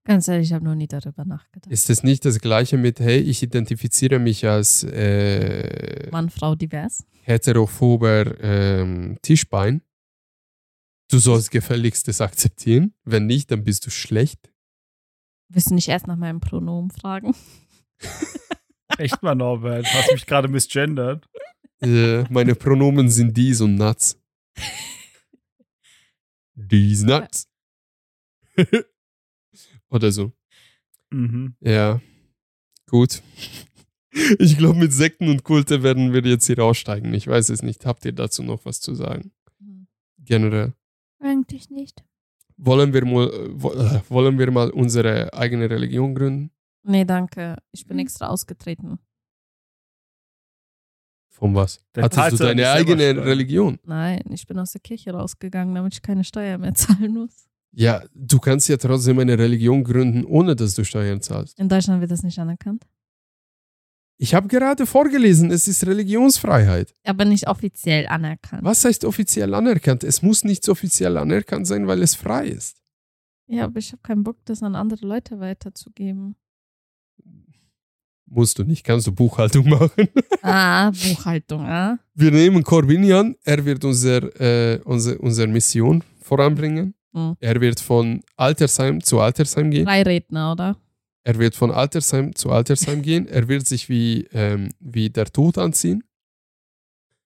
Ganz ehrlich, ich habe noch nie darüber nachgedacht. Ist es nicht das gleiche mit, hey, ich identifiziere mich als äh, Mann, Frau, divers. heterophober ähm, Tischbein? Du sollst gefälligst das akzeptieren. Wenn nicht, dann bist du schlecht. Willst du nicht erst nach meinem Pronomen fragen? Echt mal, Norbert. Hast mich gerade misgendert. Äh, meine Pronomen sind dies und nuts. Dies nuts. Oder so. Mhm. Ja. Gut. Ich glaube, mit Sekten und Kulte werden wir jetzt hier aussteigen. Ich weiß es nicht. Habt ihr dazu noch was zu sagen? Generell. Eigentlich nicht. Wollen wir mal, äh, wo- äh, wollen wir mal unsere eigene Religion gründen? Nee, danke. Ich bin Hm. extra ausgetreten. Von was? Dann zahlst Hattest du du deine nicht selber eigene Steuern. Religion? Nein, ich bin aus der Kirche rausgegangen, damit ich keine Steuer mehr zahlen muss. Ja, du kannst ja trotzdem eine Religion gründen, ohne dass du Steuern zahlst. In Deutschland wird das nicht anerkannt. Ich habe gerade vorgelesen, es ist Religionsfreiheit. Aber nicht offiziell anerkannt. Was heißt offiziell anerkannt? Es muss nicht offiziell anerkannt sein, weil es frei ist. Ja, aber ich habe keinen Bock, das an andere Leute weiterzugeben. Musst du nicht, kannst du Buchhaltung machen. ah, Buchhaltung, ah. Wir nehmen Corbinian, er wird unser, äh, unser, unsere Mission voranbringen. Mhm. Er wird von Altersheim zu Altersheim gehen. Drei Redner, oder? Er wird von Altersheim zu Altersheim gehen. Er wird sich wie, ähm, wie der Tod anziehen.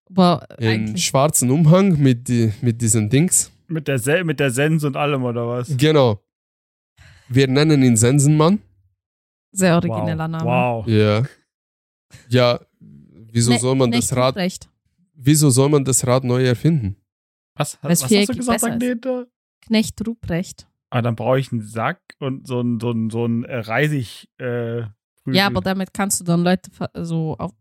Boah, Im eigentlich. schwarzen Umhang mit, die, mit diesen Dings. Mit der, Se mit der Sens und allem, oder was? Genau. Wir nennen ihn Sensenmann. Sehr origineller Name. Wow. wow. Ja. Ja, wieso Ne- soll man Nee, das Rad, Recht. wieso soll man das Rad neu erfinden? Was, Das was hast Viereck du ist gesagt, besser als- Agnete? Knecht Ruprecht. Ah, dann brauche ich einen Sack und so ein, so ein, so ein äh, Reisig. Äh, Prügel. Ja, aber damit kannst du dann Leute ver- so auf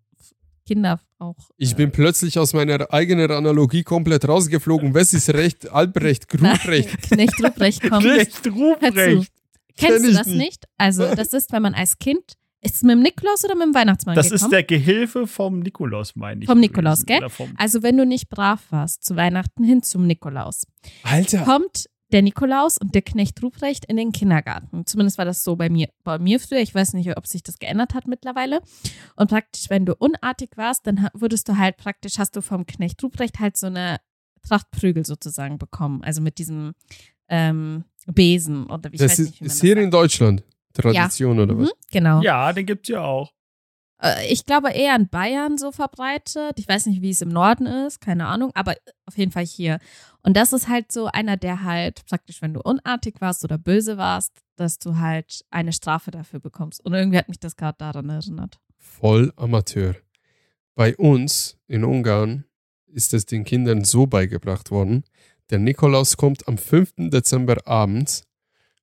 Kinder auch. Ich bin plötzlich aus meiner eigenen Analogie komplett rausgeflogen. Was ist Recht, Albrecht, Grubrecht? Knecht Ruprecht kommt. Recht, Hör zu. Ruprecht. Kennst Kenn du ich das nicht. nicht. Also, das ist, wenn man als Kind. Ist es mit dem Nikolaus oder mit dem Weihnachtsmann Das ist gekommen? der Gehilfe vom Nikolaus, meine ich. Vom Nikolaus, gewesen. gell? Oder Vom, also, wenn du nicht brav warst, zu Weihnachten hin zum Nikolaus, Alter, kommt der Nikolaus und der Knecht Ruprecht in den Kindergarten. Zumindest war das so bei mir, bei mir früher. Ich weiß nicht, ob sich das geändert hat mittlerweile. Und praktisch, wenn du unartig warst, dann ha- wurdest du halt praktisch, hast du vom Knecht Ruprecht halt so eine Tracht Prügel sozusagen bekommen. Also mit diesem ähm, Besen oder wie ich das weiß ist, nicht, wie man ist hier das in Deutschland Tradition oder sagt. was? Mhm, genau. ja, den gibt's ja auch. Äh, Ich glaube eher in Bayern so verbreitet. Ich weiß nicht, wie es im Norden ist, keine Ahnung, aber äh, auf jeden Fall hier. Und das ist halt so einer, der halt praktisch, wenn du unartig warst oder böse warst, dass du halt eine Strafe dafür bekommst. Und irgendwie hat mich das gerade daran erinnert. Voll Amateur. Bei uns in Ungarn ist es den Kindern so beigebracht worden, der Nikolaus kommt am 5. Dezember abends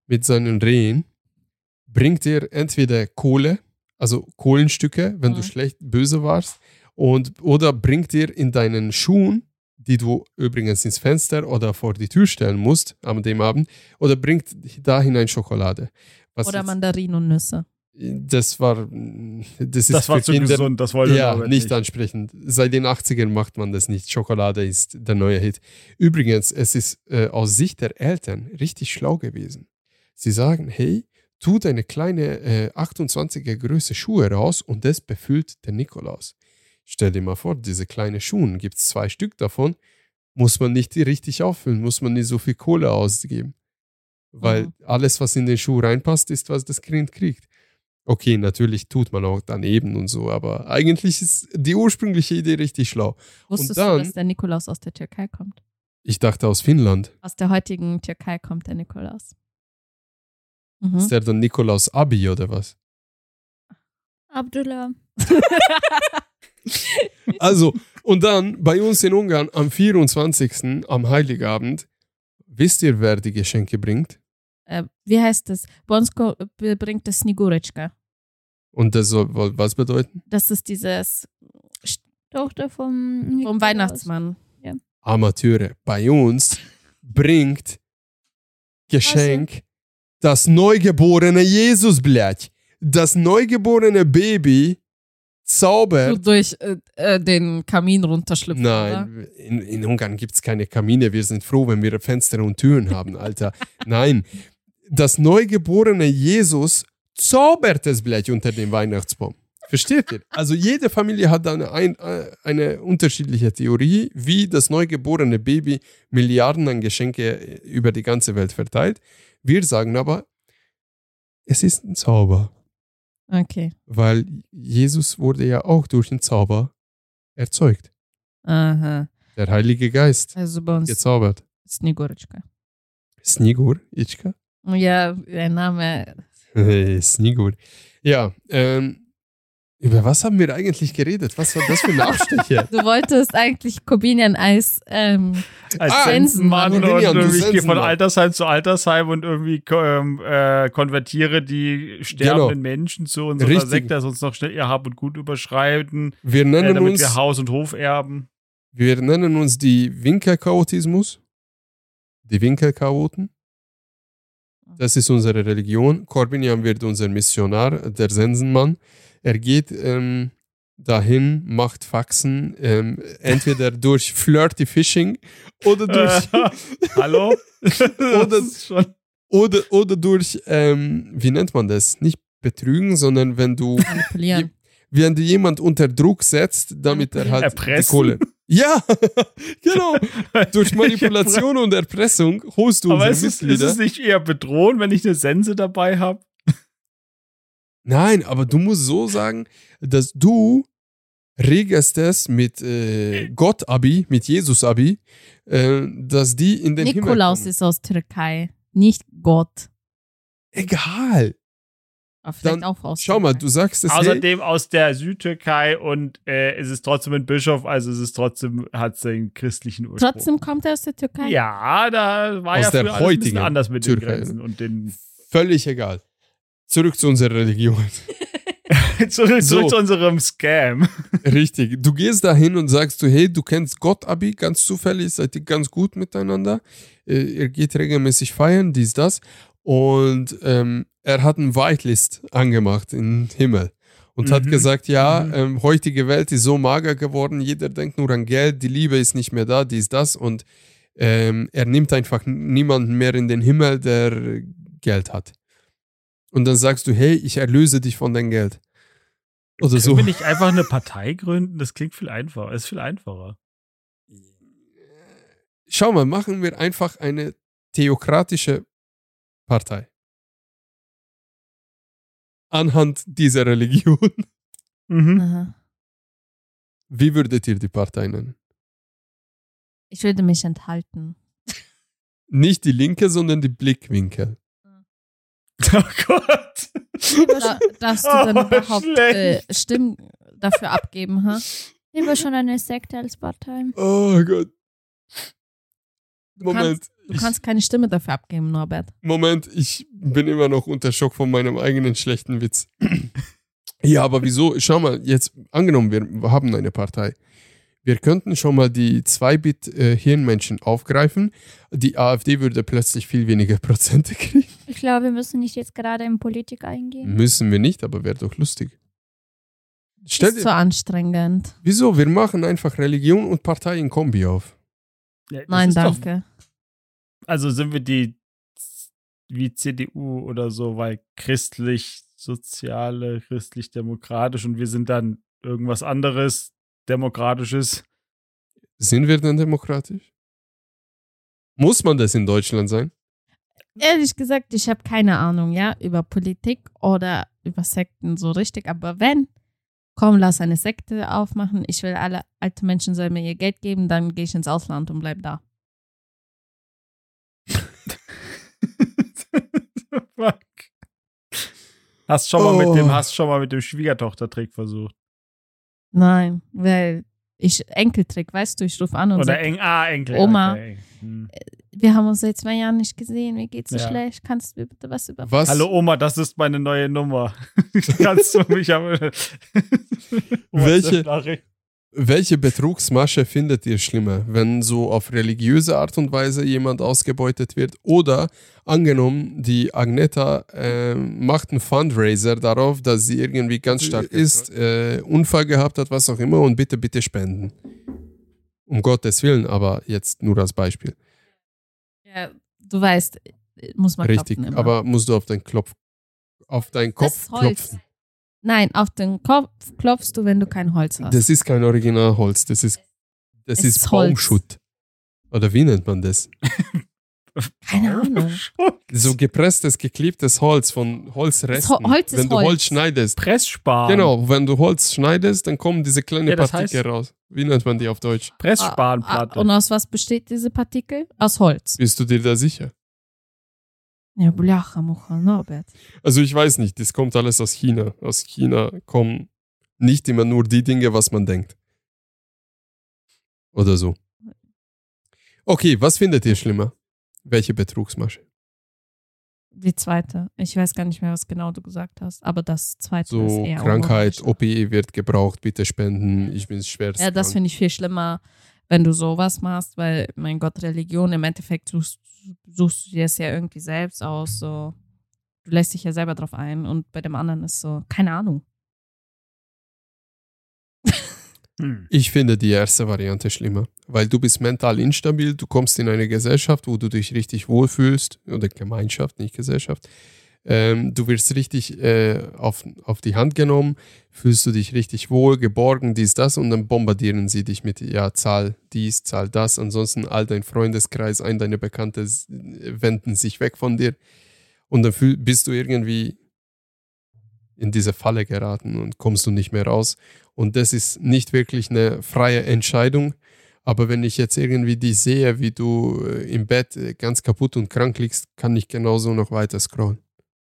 mit seinen Rehen, bringt dir entweder Kohle, also Kohlenstücke, wenn du Mhm. schlecht böse warst, und oder bringt dir in deinen Schuhen, die du übrigens ins Fenster oder vor die Tür stellen musst am dem Abend, oder bringt da hinein Schokolade. Was Oder jetzt- Mandarinen und Nüsse. das war das ist Das war für zu Kinder gesund, das wollte ja, ich nicht, ansprechend. Seit den 80ern macht man das nicht. Schokolade ist der neue Hit. Übrigens, es ist äh, aus Sicht der Eltern richtig schlau gewesen. Sie sagen, hey, tu deine kleine äh, 28er Größe Schuhe raus und das befüllt der Nikolaus. Stell dir mal vor, diese kleinen Schuhe, gibt es zwei Stück davon, muss man nicht die richtig auffüllen, muss man nicht so viel Kohle ausgeben. Weil Mhm. alles, was in den Schuh reinpasst, ist, was das Kind kriegt. Okay, natürlich tut man auch daneben und so, aber eigentlich ist die ursprüngliche Idee richtig schlau. Wusstest dann- du, dass der Nikolaus aus der Türkei kommt? Ich dachte aus Finnland. Aus der heutigen Türkei kommt der Nikolaus. Ist Mhm. der dann Nikolaus Abi oder was? Abdullah. Also, und dann bei uns in Ungarn am 24. am Heiligabend, wisst ihr, wer die Geschenke bringt? Äh, wie heißt das? Bonsko äh, bringt das Snigurecka. Und das soll wohl was bedeuten? Das ist dieses Tochter vom vom Nikolaus. Weihnachtsmann. Amateure. Bei uns bringt Geschenk das neugeborene Jesus, blät. Das neugeborene Baby zaubert Du durch äh, äh, den Kamin runterschlüpfen. Oder? Nein, in, in Ungarn gibt es keine Kamine. Wir sind froh, wenn wir Fenster und Türen haben, Alter. Nein, das neugeborene Jesus zaubert das Blech unter dem Weihnachtsbaum. Versteht ihr? Also jede Familie hat eine, ein, äh, eine unterschiedliche Theorie, wie das neugeborene Baby Milliarden an Geschenke äh, über die ganze Welt verteilt. Wir sagen aber, es ist ein Zauber. Okay. weil Jesus wurde ja auch durch den Zauber erzeugt. Aha. Der Heilige Geist Also bei uns gezaubert. Snigurочка. Snigor, Itschka? Ja, der Name. Hey, Snigor. Ja, ähm, über was haben wir eigentlich geredet? Was war das für ein Abstecher? Du wolltest eigentlich Kobinian-Eis. Ähm, Als Ah, Sensenmann und Mann, Lilian, du irgendwie ich gehe von Sensenmann. Altersheim zu Altersheim und irgendwie ähm, äh, konvertiere die sterbenden Menschen zu unserer Genau. Richtig. Sekte, dass uns noch schnell ihr Hab und Gut überschreiten, Wir äh, nennen damit uns, wir Haus und Hof erben. wir nennen uns die Winkelchaotismus. Die Winkelchaoten. Das ist unsere Religion. Corbinian wird unser Missionar, der Sensenmann. Er geht ähm, dahin, macht Faxen, ähm, entweder durch Flirty Fishing oder Äh, durch, hallo? das ist schon oder, oder durch ähm, wie nennt man das? Nicht betrügen, sondern wenn du, manipulieren. wenn du jemand unter Druck setzt, damit er halt Erpressen? die Kohle. Ja, genau. Durch Manipulation und Erpressung holst du Aber unsere ist es, ist Mitglieder. es nicht eher bedrohend, wenn ich eine Sense dabei habe? Nein, aber du musst so sagen, dass du regelst es mit äh, Gott-Abi, mit Jesus-Abi, äh, dass die in den Himmel Nikolaus kommen. ist aus Türkei, nicht Gott. Egal. Aber vielleicht Dann auch aus Schau mal, Türkei. du sagst es. hey, Außerdem aus der Südtürkei und äh, es ist trotzdem ein Bischof, also es ist trotzdem, hat den christlichen Ursprung. Trotzdem kommt er aus der Türkei? Ja, da war Aus der ja früher alles ein bisschen heutigen anders mit Türkei. den Grenzen und den. völlig egal. Zurück zu unserer Religion. zurück, So. zurück zu unserem Scam. Richtig. Du gehst dahin und sagst du, hey, du kennst Gott, Abi, ganz zufällig, seid ihr ganz gut miteinander. Äh, ihr geht regelmäßig feiern, dies, das. Und ähm, er hat ein Whitelist angemacht im Himmel und hat Mhm. gesagt, ja, Mhm. ähm, heutige Welt ist so mager geworden, jeder denkt nur an Geld, die Liebe ist nicht mehr da, dies, das. Und ähm, er nimmt einfach niemanden mehr in den Himmel, der Geld hat. Und dann sagst du, hey, ich erlöse dich von deinem Geld. Oder Also so. Will ich einfach eine Partei gründen? Das klingt viel einfacher. Ist viel einfacher. Schau mal, machen wir einfach eine theokratische Partei. Anhand dieser Religion. Mhm. Aha. Wie würdet ihr die Partei nennen? Ich würde mich enthalten. Nicht die Linke, sondern die Blickwinkel. Oh Gott. Dar darfst du dann Oh, überhaupt äh, Stimmen dafür abgeben, ha? Lieber schon eine Sekte als Partei. Oh Gott. Moment, Du kannst keine Stimme dafür abgeben, Norbert. ich, Moment, ich bin immer noch unter Schock von meinem eigenen schlechten Witz. ja, aber wieso? Schau mal, jetzt angenommen, wir haben eine Partei. Wir könnten schon mal die 2-Bit-Hirnmenschen aufgreifen. Die AfD würde plötzlich viel weniger Prozente kriegen. Ich glaube, wir müssen nicht jetzt gerade in Politik eingehen. Müssen wir nicht, aber wäre doch lustig. Stell ist zu dir, anstrengend. wieso? Wir machen einfach Religion und Partei in Kombi auf. Ja, das Nein, ist doch- danke. also sind wir die wie CDU oder so, weil christlich, soziale, christlich, demokratisch und wir sind dann irgendwas anderes, demokratisches. Sind wir denn demokratisch? Muss man das in Deutschland sein? Ehrlich gesagt, ich habe keine Ahnung, ja, über Politik oder über Sekten so richtig. Aber wenn, komm, lass eine Sekte aufmachen. Ich will alle alte Menschen sollen mir ihr Geld geben, dann gehe ich ins Ausland und bleib da. Fuck. Hast schon mal Oh. mit dem, hast schon mal mit dem Schwiegertochtertrick versucht. Nein, weil ich Enkeltrick, weißt du, ich rufe an und Oder sag, Eng, ah, Enkel. Oma. Okay. Hm. wir haben uns seit zwei Jahren nicht gesehen, mir geht's so Ja. schlecht, kannst du mir bitte was über Was, Hallo Oma, das ist meine neue Nummer. Kannst du mich aber. Welche- WhatsApp-Nachricht. Welche Betrugsmasche findet ihr schlimmer, wenn so auf religiöse Art und Weise jemand ausgebeutet wird? Oder angenommen, die Agneta ähm, macht einen Fundraiser darauf, dass sie irgendwie ganz stark ist, äh, Unfall gehabt hat, was auch immer, und bitte, bitte spenden. Um Gottes Willen, aber jetzt nur als Beispiel. Ja, du weißt, muss man Richtig, klopfen immer. aber musst du auf deinen Klopf, auf deinen Das Kopf ist Holz. klopfen. Nein, auf den Kopf klopfst du, wenn du kein Holz hast. Das ist kein Originalholz, das ist, das Es ist ist Holz. Baumschutt. Oder wie nennt man das? Keine Ahnung. So gepresstes, geklebtes Holz von Holzresten. Das Ho- Holz ist wenn du Holz, Holz. schneidest. Pressspan. Genau, wenn du Holz schneidest, dann kommen diese kleinen Ja, das Partikel raus. Wie nennt man die auf Deutsch? Pressspanplatte. Ah, Und aus was besteht diese Partikel? Aus Holz. Bist du dir da sicher? Ja, Blacha, Mucha, Norbert. Also ich weiß nicht, das kommt alles aus China. Aus China kommen nicht immer nur die Dinge, was man denkt. Oder so. Okay, was findet ihr schlimmer? Welche Betrugsmasche? Die zweite. Ich weiß gar nicht mehr, was genau du gesagt hast, aber das zweite ist So eher Krankheit, unlogisch. OPE wird gebraucht, bitte spenden, ich bin schwerst Ja, das krank. finde ich viel schlimmer, wenn du sowas machst, weil, mein Gott, Religion, im Endeffekt suchst, suchst du dir es ja irgendwie selbst aus, so. Du lässt dich ja selber drauf ein und bei dem anderen ist so, keine Ahnung. Hm. Ich finde die erste Variante schlimmer, weil du bist mental instabil, du kommst in eine Gesellschaft, wo du dich richtig wohlfühlst, oder Gemeinschaft, nicht Gesellschaft. Ähm, du wirst richtig äh, auf, auf die Hand genommen, fühlst du dich richtig wohl, geborgen, dies, das, und dann bombardieren sie dich mit, ja, zahl dies, zahl das, ansonsten all dein Freundeskreis, ein deine Bekannte s- wenden sich weg von dir und dann fühl, bist du irgendwie in diese Falle geraten und kommst du nicht mehr raus. Und das ist nicht wirklich eine freie Entscheidung. Aber wenn ich jetzt irgendwie dich sehe, wie du äh, im Bett äh, ganz kaputt und krank liegst, kann ich genauso noch weiter scrollen.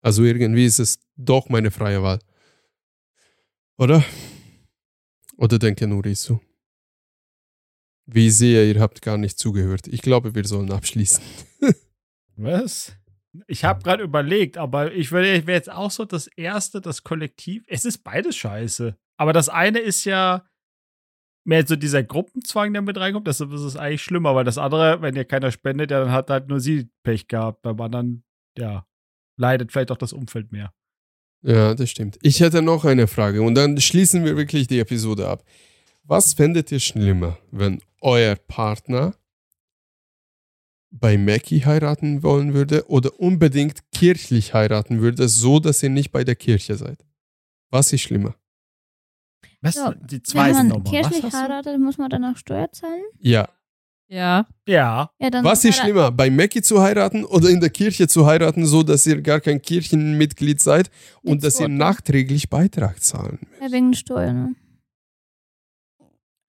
Also irgendwie ist es doch meine freie Wahl. Oder? Oder denke nur ich so. Wie ich sehe, ihr habt gar nicht zugehört. Ich glaube, wir sollen abschließen. Was? Ich habe gerade überlegt, aber ich würde, ich wäre jetzt auch so das erste, das Kollektiv. Es ist beides scheiße. Aber das eine ist ja mehr so dieser Gruppenzwang, der mit reinkommt. Das ist das ist eigentlich schlimmer, weil das andere, wenn ja keiner spendet, ja, dann hat halt nur sie Pech gehabt. Beim anderen, ja, leidet vielleicht auch das Umfeld mehr. Ja, das stimmt. Ich hätte noch eine Frage und dann schließen wir wirklich die Episode ab. Was fändet ihr schlimmer, wenn euer Partner bei Mackie heiraten wollen würde oder unbedingt kirchlich heiraten würde, so dass ihr nicht bei der Kirche seid? Was ist schlimmer? Was? Ja, die zwei Wenn sind man nochmal. kirchlich Was hast du? heiratet, muss man danach Steuer zahlen? Ja. Ja. Ja, Ja, dann Was ist heira- schlimmer, bei Mackie zu heiraten oder in der Kirche zu heiraten, so dass ihr gar kein Kirchenmitglied seid und Jetzt dass ihr wurde- nachträglich Beitrag zahlen Ja, wegen Steuer, ne?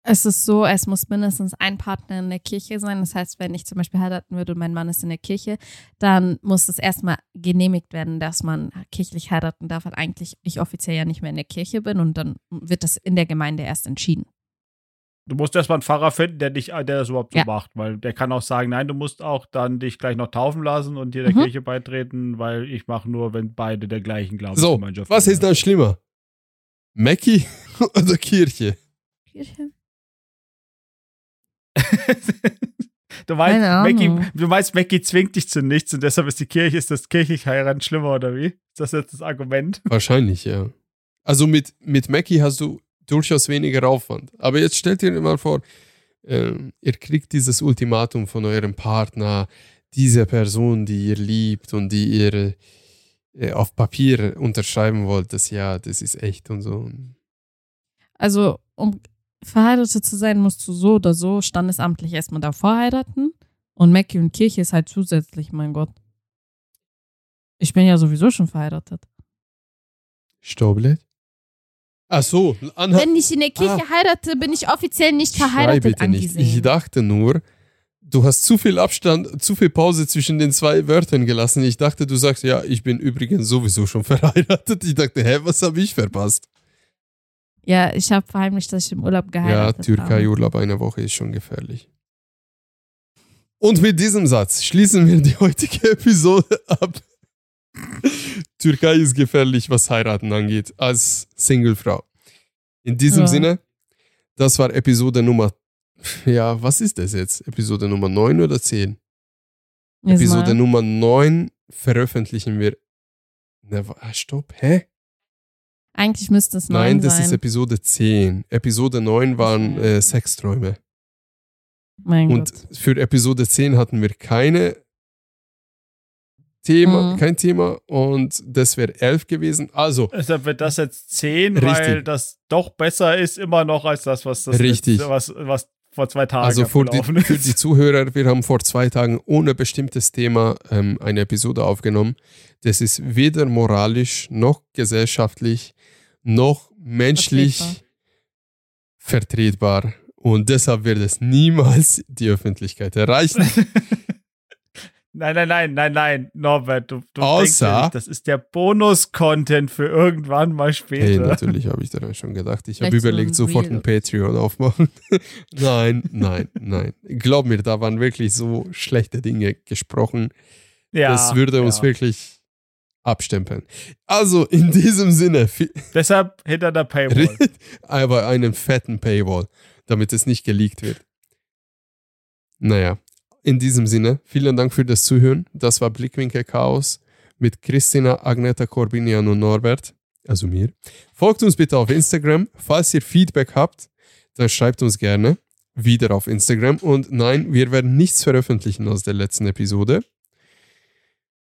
Es ist so, es muss mindestens ein Partner in der Kirche sein. Das heißt, wenn ich zum Beispiel heiraten würde und mein Mann ist in der Kirche, dann muss es erstmal genehmigt werden, dass man kirchlich heiraten darf, weil eigentlich ich offiziell ja nicht mehr in der Kirche bin und dann wird das in der Gemeinde erst entschieden. du musst erstmal einen Pfarrer finden, der dich, der das überhaupt so Ja. macht, weil der kann auch sagen, nein, du musst auch dann dich gleich noch taufen lassen und dir der Mhm. Kirche beitreten, weil ich mache nur, wenn beide der gleichen So, Glaubensgemeinschaft was ist sind. dann schlimmer? Mackie oder Kirche? Kirche. du Keine weißt, Ahnung. Maggie, du weißt, Maggie zwingt dich zu nichts und deshalb ist die Kirche, ist das kirchlich heiraten schlimmer oder wie? Ist das jetzt das Argument? Wahrscheinlich, ja. Also mit, mit Mackie hast du durchaus weniger Aufwand. Aber jetzt stellt ihr mal vor, ähm, ihr kriegt dieses Ultimatum von eurem Partner, dieser Person, die ihr liebt und die ihr äh, auf Papier unterschreiben wollt, das ja, das ist echt und so. Also, um verheiratet zu sein, musst du so oder so standesamtlich erstmal davor heiraten. Und Mackie und Kirche ist halt zusätzlich, mein Gott. Ich bin ja sowieso schon verheiratet. Staublet? Ach so, Anna, Wenn ich in der Kirche Ah. heirate, bin ich offiziell nicht Schrei verheiratet bitte nicht. angesehen. Ich dachte nur, du hast zu viel Abstand, zu viel Pause zwischen den zwei Wörtern gelassen. Ich dachte, du sagst, ja, ich bin übrigens sowieso schon verheiratet. Ich dachte, hä, was habe ich verpasst? Ja, ich habe verheimlicht, dass ich im Urlaub Ja, geheiratet habe. Türkei-Urlaub eine Woche ist schon gefährlich. Und mit diesem Satz schließen wir die heutige Episode ab. Türkei ist gefährlich, was Heiraten angeht, als Singlefrau. In diesem Ja. Sinne, das war Episode Nummer. Ja, was ist das jetzt? Episode Nummer 9 oder 10? Jetzt mal. Episode Nummer 9 veröffentlichen wir. Na, wa- ah, stopp, hä? Eigentlich müsste es neun Nein, das sein. ist Episode 10. Episode 9 waren Ja. äh, Sexträume. mein Und Gott. für Episode 10 hatten wir keine Thema, Mhm. kein Thema und das wäre 11 gewesen. Also, Deshalb wird das jetzt 10, Richtig. weil das doch besser ist immer noch als das, was das Richtig. letzte- was, was vor zwei Tagen Also für die, abgelaufen für ist. die Zuhörer, wir haben vor zwei Tagen ohne bestimmtes Thema ähm, eine Episode aufgenommen. Das ist weder moralisch noch gesellschaftlich noch menschlich vertretbar. Und deshalb wird es niemals die Öffentlichkeit erreichen. Nein, nein, nein, nein, nein, Norbert, du, du denkst Außer- ja nicht, das ist der Bonus-Content für irgendwann mal Hey, später. natürlich habe ich daran schon gedacht. Ich habe Vielleicht so überlegt, ein sofort Reel. ein Patreon aufmachen. nein, nein, nein. Glaub mir, da waren wirklich so schlechte Dinge gesprochen. ja, das würde uns ja. wirklich abstempeln. Also in diesem Sinne, vi- Deshalb hinter der Paywall. aber einen fetten Paywall, damit es nicht geleakt wird. Naja, in diesem Sinne, vielen Dank für das Zuhören. Das war Blickwinkel Chaos mit Christina, Agneta, Corbinian und Norbert, also mir. Folgt uns bitte auf Instagram. Falls ihr Feedback habt, dann schreibt uns gerne wieder auf Instagram. Und nein, wir werden nichts veröffentlichen aus der letzten Episode.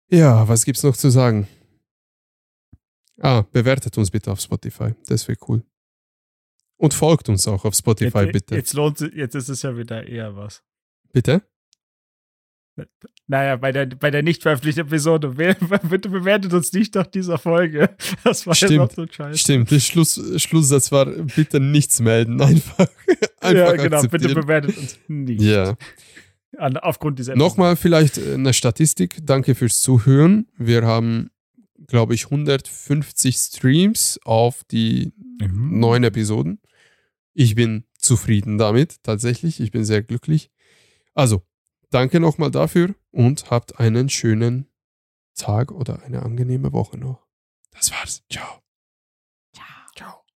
Ja, was gibt's noch zu sagen? Ah, bewertet uns bitte auf Spotify. Das wäre cool. Und folgt uns auch auf Spotify, jetzt, bitte. Jetzt lohnt sich- jetzt ist es ja wieder eher was. Bitte? Naja, bei der, bei der nicht veröffentlichten Episode, wer- bitte bewertet uns nicht nach dieser Folge. Das war Stimmt. jetzt auch so ein Scheiß. Stimmt, der Schluss, Schlusssatz war, bitte nichts melden, einfach. einfach ja, genau, bitte akzeptieren. bewertet uns nicht. Ja. An, aufgrund dieser Nochmal vielleicht äh, eine Statistik. Danke fürs Zuhören. Wir haben, glaube ich, 150 Streams auf die Episode. Mhm. neun Episoden. Ich bin zufrieden damit, tatsächlich. Ich bin sehr glücklich. Also, danke nochmal dafür und habt einen schönen Tag oder eine angenehme Woche noch. Das war's. Ciao. Ciao.